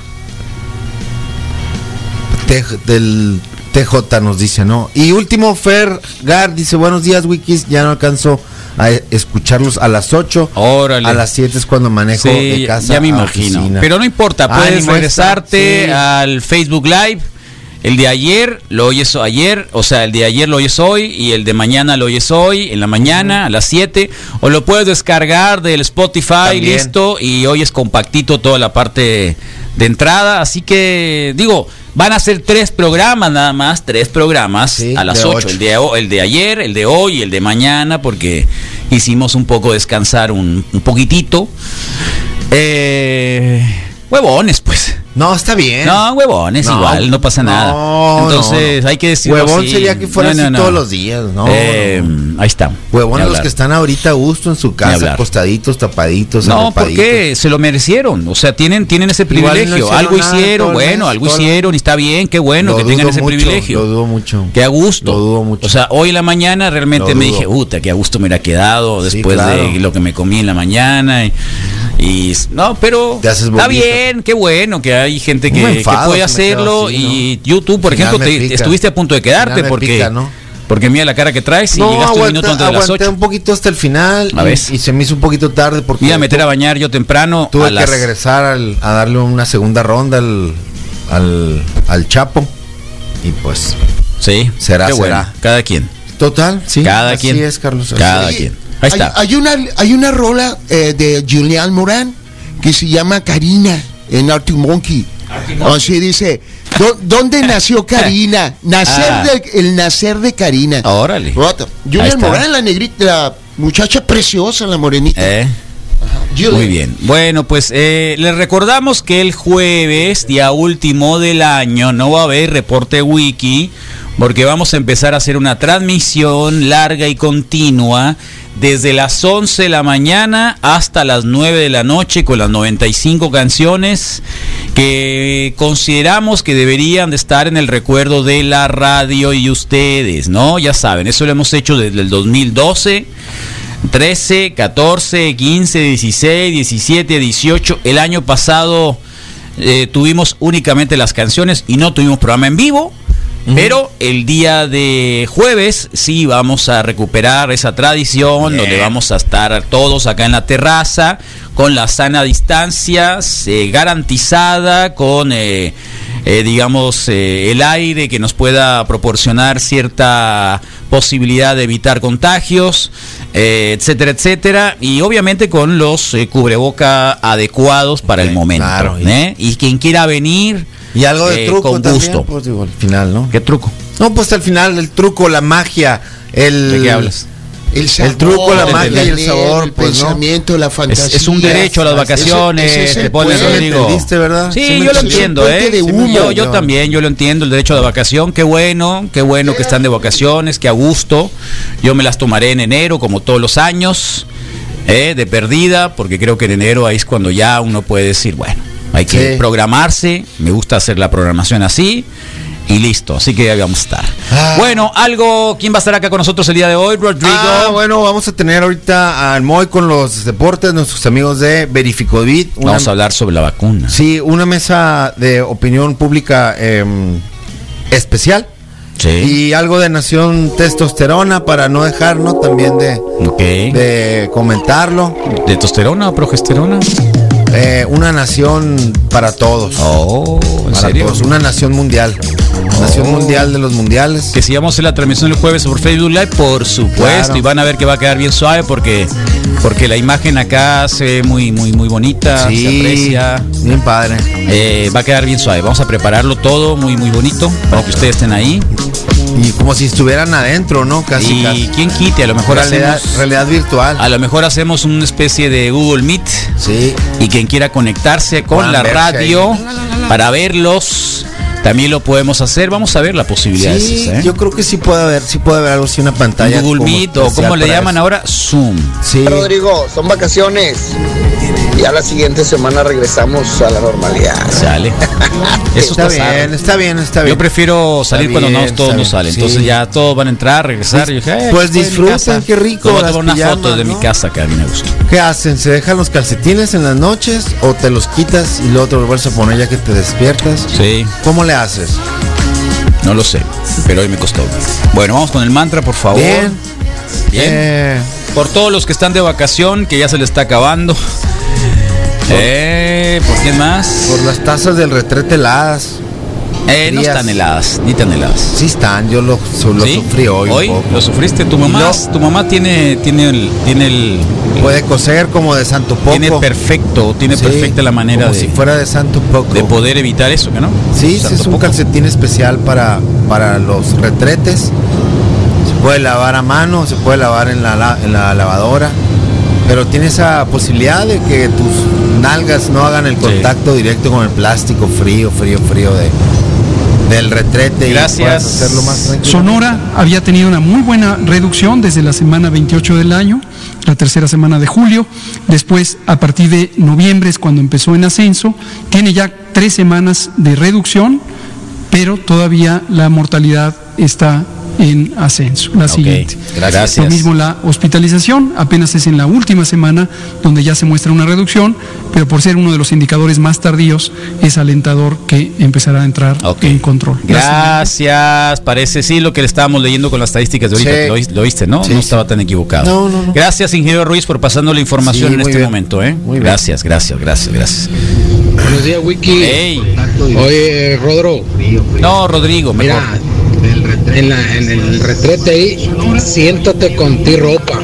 [SPEAKER 3] Tej- del TJ nos dice, ¿no? Y último, Fer Gar dice, buenos días, Wikis. Ya no alcanzo a e- escucharlos a las 8.
[SPEAKER 1] Órale.
[SPEAKER 3] A las 7 es cuando manejo
[SPEAKER 1] Sí,
[SPEAKER 3] de casa.
[SPEAKER 1] ya me
[SPEAKER 3] a
[SPEAKER 1] imagino.
[SPEAKER 3] oficina. Ah,
[SPEAKER 1] Pero no importa, puedes
[SPEAKER 3] Ánimo,
[SPEAKER 1] regresarte
[SPEAKER 3] esta, sí.
[SPEAKER 1] al Facebook Live. El de ayer lo oyes ayer, o sea, el de ayer lo oyes hoy y el de mañana lo oyes hoy, en la mañana, a las 7. O lo puedes descargar del Spotify,
[SPEAKER 3] También.
[SPEAKER 1] listo, y oyes compactito toda la parte de entrada. Así que, digo, van a ser tres programas nada más, tres programas a las
[SPEAKER 3] de
[SPEAKER 1] 8.
[SPEAKER 3] ocho.
[SPEAKER 1] El de, ho- el de ayer, el de hoy y el de mañana, porque hicimos un poco descansar un, un poquitito. Eh, huevones, pues.
[SPEAKER 3] No, está bien.
[SPEAKER 1] No, huevones,
[SPEAKER 3] No.
[SPEAKER 1] igual, no pasa nada.
[SPEAKER 3] No, no,
[SPEAKER 1] Entonces,
[SPEAKER 3] no.
[SPEAKER 1] hay que decirlo
[SPEAKER 3] Huevón
[SPEAKER 1] así.
[SPEAKER 3] sería que fuera
[SPEAKER 1] No, no,
[SPEAKER 3] así
[SPEAKER 1] no.
[SPEAKER 3] todos los días, ¿no?
[SPEAKER 1] Eh, Ahí está.
[SPEAKER 3] Huevones
[SPEAKER 1] Ni
[SPEAKER 3] los
[SPEAKER 1] hablar.
[SPEAKER 3] que están ahorita a gusto en su
[SPEAKER 1] hablar.
[SPEAKER 3] casa, acostaditos, tapaditos,
[SPEAKER 1] No,
[SPEAKER 3] arropaditos.
[SPEAKER 1] porque se lo merecieron. O sea, tienen, tienen ese
[SPEAKER 3] Igual no
[SPEAKER 1] privilegio.
[SPEAKER 3] hicieron
[SPEAKER 1] algo
[SPEAKER 3] nada
[SPEAKER 1] hicieron,
[SPEAKER 3] todo el
[SPEAKER 1] bueno,
[SPEAKER 3] mes,
[SPEAKER 1] algo
[SPEAKER 3] todo el-
[SPEAKER 1] hicieron y está bien, qué bueno
[SPEAKER 3] Lo
[SPEAKER 1] que tengan
[SPEAKER 3] dudo
[SPEAKER 1] ese
[SPEAKER 3] mucho,
[SPEAKER 1] privilegio.
[SPEAKER 3] Lo dudo mucho.
[SPEAKER 1] Qué a gusto.
[SPEAKER 3] Lo dudo mucho.
[SPEAKER 1] O sea, hoy en la mañana realmente
[SPEAKER 3] Lo
[SPEAKER 1] me
[SPEAKER 3] dudo.
[SPEAKER 1] dije, puta, qué a gusto me hubiera quedado
[SPEAKER 3] Sí,
[SPEAKER 1] después
[SPEAKER 3] claro.
[SPEAKER 1] de lo que me comí en la mañana. Y, y s- no, pero
[SPEAKER 3] Te haces
[SPEAKER 1] está
[SPEAKER 3] bolita.
[SPEAKER 1] bien, qué bueno que hay gente que,
[SPEAKER 3] No me
[SPEAKER 1] que
[SPEAKER 3] enfado
[SPEAKER 1] puede
[SPEAKER 3] si me quedo
[SPEAKER 1] hacerlo.
[SPEAKER 3] así,
[SPEAKER 1] y YouTube, por
[SPEAKER 3] Al final
[SPEAKER 1] ejemplo,
[SPEAKER 3] me
[SPEAKER 1] te-
[SPEAKER 3] pica.
[SPEAKER 1] estuviste a punto de
[SPEAKER 3] Al
[SPEAKER 1] quedarte
[SPEAKER 3] final me
[SPEAKER 1] porque,
[SPEAKER 3] pica, ¿no?
[SPEAKER 1] porque mira la cara que traes y
[SPEAKER 3] no,
[SPEAKER 1] llegaste un
[SPEAKER 3] aguanté,
[SPEAKER 1] minuto antes de las
[SPEAKER 3] aguanté
[SPEAKER 1] 8.
[SPEAKER 3] un poquito hasta el final
[SPEAKER 1] A
[SPEAKER 3] y,
[SPEAKER 1] ver.
[SPEAKER 3] y se me hizo un poquito tarde porque
[SPEAKER 1] Me iba a meter a bañar yo temprano.
[SPEAKER 3] tuve
[SPEAKER 1] a
[SPEAKER 3] que
[SPEAKER 1] las-
[SPEAKER 3] regresar al- a darle una segunda ronda al, al, al Chapo y pues
[SPEAKER 1] Sí,
[SPEAKER 3] será,
[SPEAKER 1] qué bueno,
[SPEAKER 3] será.
[SPEAKER 1] Cada quien.
[SPEAKER 3] Total, sí.
[SPEAKER 1] Cada
[SPEAKER 3] así
[SPEAKER 1] quien.
[SPEAKER 3] es, Carlos. así
[SPEAKER 1] Cada
[SPEAKER 3] es.
[SPEAKER 1] quien. Ahí está.
[SPEAKER 4] Hay, hay una, hay una rola eh, de Julian Morán que se llama Karina en Arctic Monkey. Así dice, "Do- ¿dónde nació Karina? Nacer
[SPEAKER 1] Ah.
[SPEAKER 4] de- el nacer de Karina.
[SPEAKER 1] Órale.
[SPEAKER 4] What?
[SPEAKER 1] Ahí
[SPEAKER 4] Julian
[SPEAKER 1] está.
[SPEAKER 4] Morán, la negrita, la muchacha preciosa, la morenita.
[SPEAKER 1] Eh.
[SPEAKER 4] Julian.
[SPEAKER 1] Muy bien. Bueno, pues eh, les recordamos que el jueves, día último del año, no va a haber reporte wiki, porque vamos a empezar a hacer una transmisión larga y continua desde las 11 de la mañana hasta las 9 de la noche con las 95 canciones que consideramos que deberían de estar en el recuerdo de la radio y ustedes, ¿no? Ya saben, eso lo hemos hecho desde el 2012. 13, 14, 15, 16, 17, 18. El año pasado eh, tuvimos únicamente las canciones y no tuvimos programa en vivo. Pero el día de jueves sí vamos a recuperar esa tradición donde vamos a estar todos acá en la terraza con la sana distancia eh, garantizada, con eh, eh, digamos, eh, el aire que nos pueda proporcionar cierta posibilidad de evitar contagios, eh, etcétera, etcétera, y obviamente con los eh, cubreboca adecuados para el momento.
[SPEAKER 3] claro, y-
[SPEAKER 1] ¿eh? Y quien quiera venir,
[SPEAKER 3] Y algo de
[SPEAKER 1] eh,
[SPEAKER 3] truco
[SPEAKER 1] con
[SPEAKER 3] también,
[SPEAKER 1] gusto.
[SPEAKER 3] pues, digo, al final, ¿no?
[SPEAKER 1] ¿Qué truco?
[SPEAKER 3] No, pues al final el truco, la magia, el
[SPEAKER 1] ¿De qué hablas?
[SPEAKER 4] El,
[SPEAKER 3] El truco, la
[SPEAKER 1] Entendí.
[SPEAKER 3] magia y el
[SPEAKER 4] leer,
[SPEAKER 3] sabor,
[SPEAKER 4] el
[SPEAKER 3] pues ¿no?
[SPEAKER 4] pensamiento, la fantasía.
[SPEAKER 1] Es, es un derecho a las
[SPEAKER 4] Ese-
[SPEAKER 1] vacaciones,
[SPEAKER 4] ese es el
[SPEAKER 1] te pones
[SPEAKER 4] puente.
[SPEAKER 1] Rodrigo.
[SPEAKER 3] entendiste, ¿verdad?
[SPEAKER 1] Sí,
[SPEAKER 3] Sí me
[SPEAKER 1] yo lo
[SPEAKER 3] entendí.
[SPEAKER 1] entiendo, ¿eh?
[SPEAKER 4] Puente de
[SPEAKER 1] Sí,
[SPEAKER 4] humo,
[SPEAKER 1] yo, yo
[SPEAKER 3] yo.
[SPEAKER 1] también, yo lo entiendo, el derecho a la vacación, qué bueno, qué bueno que están de vacaciones, que a gusto. Yo me las tomaré en enero, como todos los años, ¿eh? de perdida, porque creo que en enero ahí es cuando ya uno puede decir, bueno, hay que
[SPEAKER 3] Sí.
[SPEAKER 1] programarse, me gusta hacer la programación así. Y listo, así que ahí vamos a estar.
[SPEAKER 3] Ah.
[SPEAKER 1] Bueno, algo, ¿quién va a estar acá con nosotros el día de hoy, Rodrigo?
[SPEAKER 3] Ah, bueno, vamos a tener ahorita al Moy con los deportes, nuestros amigos de Verificovit. una-
[SPEAKER 1] Vamos a hablar sobre la vacuna.
[SPEAKER 3] Sí, una mesa de opinión pública em, especial.
[SPEAKER 1] Sí.
[SPEAKER 3] Y algo de Nación Testosterona para no dejarnos también de,
[SPEAKER 1] ok.
[SPEAKER 3] de comentarlo.
[SPEAKER 1] ¿De testosterona o progesterona?
[SPEAKER 3] Eh, una nación para todos.
[SPEAKER 1] Oh, ¿en
[SPEAKER 3] para
[SPEAKER 1] serio? Oh.
[SPEAKER 3] todos. Una nación mundial. Nación mundial de los mundiales.
[SPEAKER 1] Que si vamos a hacer la transmisión el jueves por Facebook Live, por supuesto.
[SPEAKER 3] Claro.
[SPEAKER 1] Y van a ver que va a quedar bien suave porque, porque la imagen acá se ve muy, muy, muy bonita. Se
[SPEAKER 3] Sí,
[SPEAKER 1] aprecia.
[SPEAKER 3] bien padre.
[SPEAKER 1] Eh, va a quedar bien suave. Vamos a prepararlo todo muy, muy bonito para que ustedes estén ahí.
[SPEAKER 3] Y como si estuvieran adentro, ¿no? Casi,
[SPEAKER 1] y
[SPEAKER 3] casi.
[SPEAKER 1] quién quite, a lo mejor
[SPEAKER 3] realidad,
[SPEAKER 1] hacemos.
[SPEAKER 3] realidad virtual.
[SPEAKER 1] A lo mejor hacemos una especie de Google Meet.
[SPEAKER 3] Sí.
[SPEAKER 1] Y quien quiera conectarse con
[SPEAKER 3] Puedan
[SPEAKER 1] la
[SPEAKER 3] verse
[SPEAKER 1] radio
[SPEAKER 3] ahí.
[SPEAKER 1] para verlos. También lo podemos hacer. Vamos a ver la posibilidad de
[SPEAKER 3] Sí,
[SPEAKER 1] esas, ¿eh?
[SPEAKER 3] yo creo que sí puede haber, sí puede haber algo así, una pantalla.
[SPEAKER 1] Google
[SPEAKER 3] como
[SPEAKER 1] Meet o
[SPEAKER 3] especial
[SPEAKER 1] como le
[SPEAKER 3] para
[SPEAKER 1] llaman
[SPEAKER 3] eso.
[SPEAKER 1] ahora, Zoom.
[SPEAKER 3] Sí.
[SPEAKER 14] Rodrigo, son vacaciones. Ya la siguiente semana regresamos a la normalidad.
[SPEAKER 1] Sale. Eso
[SPEAKER 3] Está
[SPEAKER 1] está,
[SPEAKER 3] bien,
[SPEAKER 1] sano.
[SPEAKER 3] está bien, está bien.
[SPEAKER 1] Yo prefiero salir
[SPEAKER 3] Está
[SPEAKER 1] cuando no,
[SPEAKER 3] bien,
[SPEAKER 1] todos
[SPEAKER 3] está
[SPEAKER 1] no
[SPEAKER 3] bien,
[SPEAKER 1] salen.
[SPEAKER 3] sí.
[SPEAKER 1] Entonces ya todos van a entrar, regresar. Y yo, eh,
[SPEAKER 3] Pues
[SPEAKER 1] estoy en mi
[SPEAKER 3] disfrutan,
[SPEAKER 1] casa.
[SPEAKER 3] qué rico,
[SPEAKER 1] Yo voy a
[SPEAKER 3] las
[SPEAKER 1] tomar unas
[SPEAKER 3] pijamas,
[SPEAKER 1] fotos de mi
[SPEAKER 3] ¿no?
[SPEAKER 1] casa que a mí me gusta.
[SPEAKER 3] ¿Qué hacen? ¿Se dejan los calcetines en las noches o te los quitas y luego te los vuelves a poner ya que te despiertas?
[SPEAKER 1] Sí.
[SPEAKER 3] ¿Cómo le haces?
[SPEAKER 1] No lo sé, pero hoy me costó. Bueno, vamos con el mantra, por favor.
[SPEAKER 3] Bien.
[SPEAKER 1] Oh,
[SPEAKER 3] eh,
[SPEAKER 1] Bien. Por todos los que están de vacación, que ya se les está acabando. Eh, ¿Por quién más?
[SPEAKER 3] Por las tazas del retrete heladas.
[SPEAKER 1] Eh, no
[SPEAKER 3] frías.
[SPEAKER 1] están heladas, ni tan heladas.
[SPEAKER 3] Sí están, yo lo, su- lo
[SPEAKER 1] ¿Sí?
[SPEAKER 3] sufrí hoy. un poco.
[SPEAKER 1] lo sufriste. Tu mamá, tu mamá tiene, tiene el, tiene el,
[SPEAKER 3] Puede coser como de santo poco.
[SPEAKER 1] tiene perfecto, tiene
[SPEAKER 3] Sí,
[SPEAKER 1] perfecta la manera
[SPEAKER 3] como
[SPEAKER 1] de,
[SPEAKER 3] si fuera de santo poco.
[SPEAKER 1] de poder evitar eso, ¿que ¿no?
[SPEAKER 3] Sí, sí,
[SPEAKER 1] Santo
[SPEAKER 3] es un calcetín especial para, para los retretes. Se puede lavar a mano, se puede lavar en la, la- en la lavadora. Pero tiene esa posibilidad de que tus nalgas no hagan el contacto directo con el plástico frío, frío, frío de, del retrete. Y puedas hacerlo más tranquilo.
[SPEAKER 15] Sonora había tenido una muy buena reducción desde la semana 28 del año, la tercera semana de julio. Después, a partir de noviembre es cuando empezó en ascenso. Tiene ya tres semanas de reducción, pero todavía la mortalidad está en ascenso. La siguiente.
[SPEAKER 1] gracias.
[SPEAKER 15] Lo mismo la hospitalización, apenas es en la última semana donde ya se muestra una reducción, pero por ser uno de los indicadores más tardíos, es alentador que empezará a entrar en control. La
[SPEAKER 1] Gracias, parece sí lo que le estábamos leyendo con las estadísticas de ahorita,
[SPEAKER 15] Sí.
[SPEAKER 1] que lo, oí- lo oíste, ¿no? no estaba tan equivocado.
[SPEAKER 15] No, no, no.
[SPEAKER 1] Gracias, ingeniero Ruiz, por pasando la información
[SPEAKER 15] Sí,
[SPEAKER 1] en
[SPEAKER 15] muy
[SPEAKER 1] este
[SPEAKER 15] bien.
[SPEAKER 1] momento, ¿eh? gracias, gracias, gracias, gracias.
[SPEAKER 16] Buenos días, Wiki. Oye, Rodro.
[SPEAKER 1] No, Rodrigo, mejor.
[SPEAKER 16] Mira, en, la- en el retrete ahí, siéntate con ti ropa.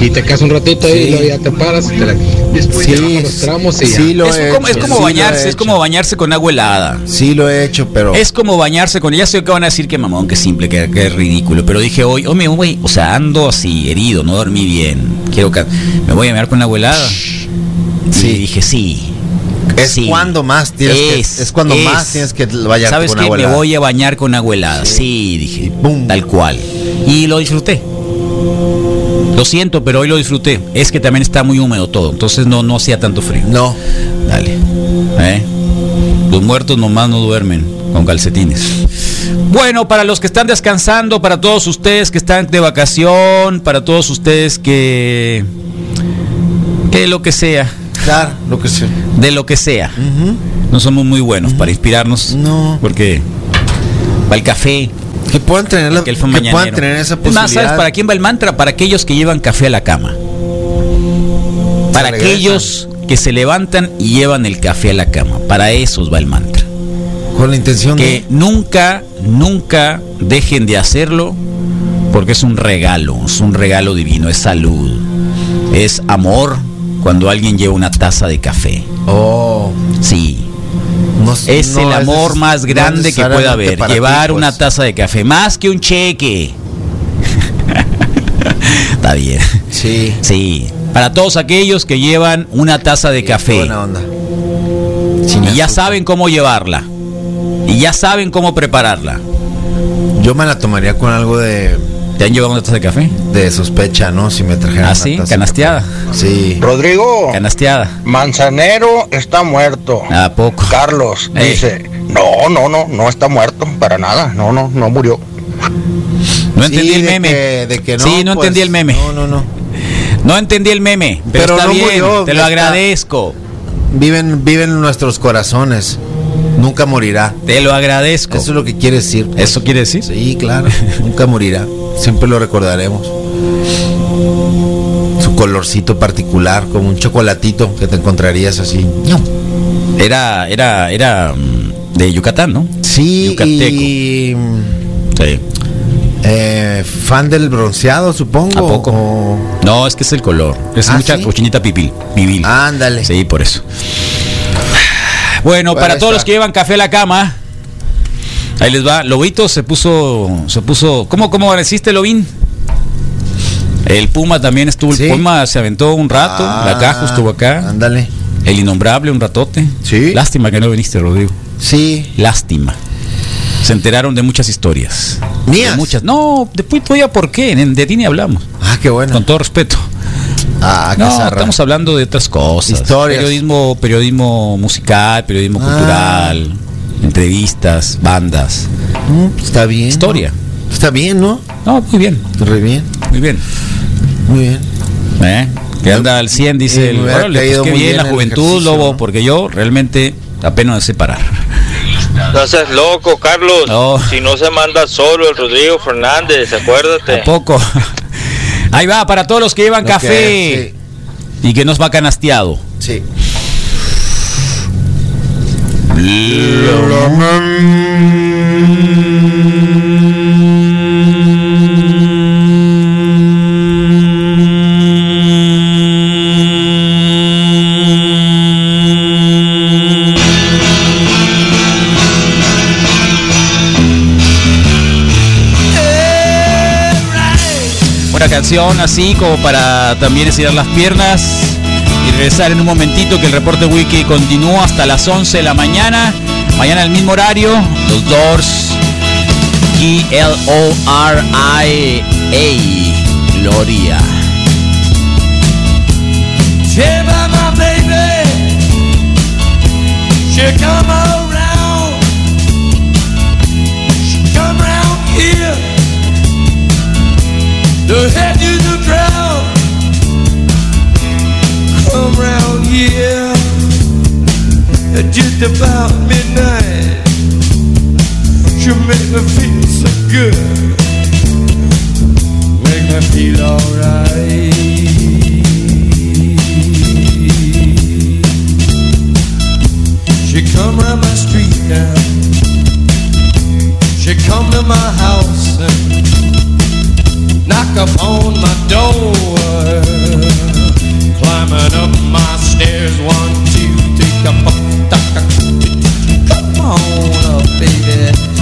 [SPEAKER 16] Y te casas un ratito ahí y luego ya te paras. Te la, después te bajas los tramos y ya.
[SPEAKER 1] es, como, es como bañarse, es como bañarse con agua helada.
[SPEAKER 3] Sí lo he hecho, pero...
[SPEAKER 1] Es como bañarse con ella. Sé que van a decir que mamón, que simple, que, que ridículo. Pero dije hoy, oh, me voy, o sea, ando así, herido, no dormí bien. Quiero que me voy a bañar con agua helada. Sí, dije sí.
[SPEAKER 3] Es
[SPEAKER 1] sí.
[SPEAKER 3] cuando más tienes que- es cuando más tienes que bañarte
[SPEAKER 1] ¿Sabes
[SPEAKER 3] con
[SPEAKER 1] qué?
[SPEAKER 3] agua helada.
[SPEAKER 1] Me voy a bañar con agua helada. Sí, dije. Tal cual. Y lo disfruté. Lo siento, pero hoy lo disfruté. Es que también está muy húmedo todo, entonces no, no hacía tanto frío.
[SPEAKER 3] No.
[SPEAKER 1] Dale. ¿Eh? Los muertos nomás no duermen con calcetines. Bueno, para los que están descansando, para todos ustedes que están de vacación, para todos ustedes que... Que lo que sea.
[SPEAKER 3] Claro, lo que sea.
[SPEAKER 1] De lo que sea. No somos muy buenos para inspirarnos. No. Porque va el café.
[SPEAKER 3] Que puedan tener, la,
[SPEAKER 1] que
[SPEAKER 3] que puedan tener esa
[SPEAKER 1] Más, ¿sabes
[SPEAKER 3] posibilidad.
[SPEAKER 1] para quién va el mantra? Para aquellos que llevan café a la cama. Para
[SPEAKER 3] regresan.
[SPEAKER 1] aquellos que se levantan y llevan el café a la cama. Para esos va el mantra.
[SPEAKER 3] Con la intención
[SPEAKER 1] que nunca, nunca dejen de hacerlo porque es un regalo, es un regalo divino, es salud, es amor cuando alguien lleva una taza de café.
[SPEAKER 3] Oh,
[SPEAKER 1] sí. es
[SPEAKER 3] no,
[SPEAKER 1] el
[SPEAKER 3] es
[SPEAKER 1] amor
[SPEAKER 3] neces-
[SPEAKER 1] más
[SPEAKER 3] no
[SPEAKER 1] grande que pueda
[SPEAKER 3] necesariamente
[SPEAKER 1] haber,
[SPEAKER 3] para ti,
[SPEAKER 1] llevar
[SPEAKER 3] pues.
[SPEAKER 1] una taza de café, más que un cheque. Está bien.
[SPEAKER 3] Sí.
[SPEAKER 1] Sí. Para todos aquellos que llevan una taza de café.
[SPEAKER 3] buena onda.
[SPEAKER 1] y ya saben cómo llevarla. Y ya saben cómo prepararla.
[SPEAKER 3] Yo me la tomaría con algo de.
[SPEAKER 1] ¿Te han llevado una taza de café?
[SPEAKER 3] De sospecha, ¿no? Si me trajeran.
[SPEAKER 1] ¿Ah,
[SPEAKER 3] una
[SPEAKER 1] sí?
[SPEAKER 3] taza de
[SPEAKER 1] ¿Canasteada?
[SPEAKER 3] café. Sí. Oh.
[SPEAKER 16] Rodrigo.
[SPEAKER 1] Canasteada.
[SPEAKER 16] Manzanero está muerto.
[SPEAKER 1] ¿A poco?
[SPEAKER 16] Carlos
[SPEAKER 1] Ey.
[SPEAKER 16] dice, no, no, no, no está muerto, para nada, no, no, no murió.
[SPEAKER 1] No entendí el
[SPEAKER 16] de
[SPEAKER 1] meme.
[SPEAKER 16] que- de que no,
[SPEAKER 1] sí, no
[SPEAKER 16] pues,
[SPEAKER 1] entendí el meme. No,
[SPEAKER 3] no, no.
[SPEAKER 1] No entendí el meme, pero,
[SPEAKER 3] Pero
[SPEAKER 1] está
[SPEAKER 3] no
[SPEAKER 1] bien,
[SPEAKER 3] murió,
[SPEAKER 1] te lo
[SPEAKER 3] está-
[SPEAKER 1] agradezco.
[SPEAKER 3] Viven, viven en nuestros corazones. Nunca morirá.
[SPEAKER 1] Te lo agradezco.
[SPEAKER 3] Eso es lo que quiere decir.
[SPEAKER 1] ¿Eso quiere decir?
[SPEAKER 3] Sí, claro. Nunca morirá. Siempre lo recordaremos. Su colorcito particular, como un chocolatito que te encontrarías así.
[SPEAKER 1] Era, era, era mm, de Yucatán, ¿no?
[SPEAKER 3] Sí,
[SPEAKER 1] Yucateco.
[SPEAKER 3] y mm,
[SPEAKER 1] Sí.
[SPEAKER 3] eh, fan del bronceado, supongo.
[SPEAKER 1] ¿A poco?
[SPEAKER 3] o-
[SPEAKER 1] No, es que es el color. Es
[SPEAKER 3] ¿Ah,
[SPEAKER 1] mucha
[SPEAKER 3] sí? Ah.
[SPEAKER 1] cochinita pipil. Vivil.
[SPEAKER 3] Ándale.
[SPEAKER 1] Sí, por eso. Bueno,
[SPEAKER 3] Bueno,
[SPEAKER 1] para todos
[SPEAKER 3] está.
[SPEAKER 1] los que llevan café a la cama. Ahí les va. Lobito se puso. Se puso. ¿Cómo, cómo agradeciste, Lobín?
[SPEAKER 3] Ah.
[SPEAKER 1] El Puma también estuvo. El Puma se aventó un rato. la Caju estuvo acá.
[SPEAKER 3] Ándale.
[SPEAKER 1] El innombrable un ratote. Sí. Lástima que no viniste, Rodrigo.
[SPEAKER 3] Sí.
[SPEAKER 1] Lástima. Se enteraron de muchas historias.
[SPEAKER 3] ¿Mías?
[SPEAKER 1] De muchas. No, después todavía por qué. En- De ti ni hablamos.
[SPEAKER 3] Ah, qué bueno.
[SPEAKER 1] Con todo respeto.
[SPEAKER 3] Ah, qué
[SPEAKER 1] No,
[SPEAKER 3] zarra.
[SPEAKER 1] estamos hablando de otras cosas.
[SPEAKER 3] Historias. Ah.
[SPEAKER 1] Periodismo, periodismo musical, periodismo cultural, entrevistas, bandas.
[SPEAKER 3] Mm, Está bien.
[SPEAKER 1] Historia.
[SPEAKER 3] Está bien, ¿no?
[SPEAKER 1] No, muy bien.
[SPEAKER 3] Re bien.
[SPEAKER 1] Muy bien.
[SPEAKER 3] Muy bien.
[SPEAKER 1] ¿Eh? Que anda al 100, dice
[SPEAKER 3] Eh,
[SPEAKER 1] el.
[SPEAKER 3] me hubiera
[SPEAKER 1] Órale, pues
[SPEAKER 3] caído
[SPEAKER 1] qué
[SPEAKER 3] muy
[SPEAKER 1] bien,
[SPEAKER 3] bien
[SPEAKER 1] la
[SPEAKER 3] el
[SPEAKER 1] juventud,
[SPEAKER 3] ejercicio,
[SPEAKER 1] lobo,
[SPEAKER 3] ¿no?
[SPEAKER 1] porque yo realmente apenas sé parar.
[SPEAKER 11] No seas loco, Carlos. Si no se manda solo el Rodrigo Fernández, acuérdate.
[SPEAKER 1] Tampoco. Ahí va, para todos los que llevan
[SPEAKER 11] Lo
[SPEAKER 1] café y que nos va canasteado.
[SPEAKER 3] Sí.
[SPEAKER 1] Una canción así como para también estirar las piernas y regresar en un momentito que el reporte wiki continúa hasta las 11 de la mañana. Mañana al mismo horario, los Doors G-L-O-R-I-A Gloria.
[SPEAKER 17] Yeah, but my baby, she come around, she come round here, the head to the ground, come round here, at just about midnight, she make me feel so good, make me feel alright. She come round my street now. She come to my house and knock upon my door. Climbing up my stairs, one, two, three, come on, come on up, baby. Oh.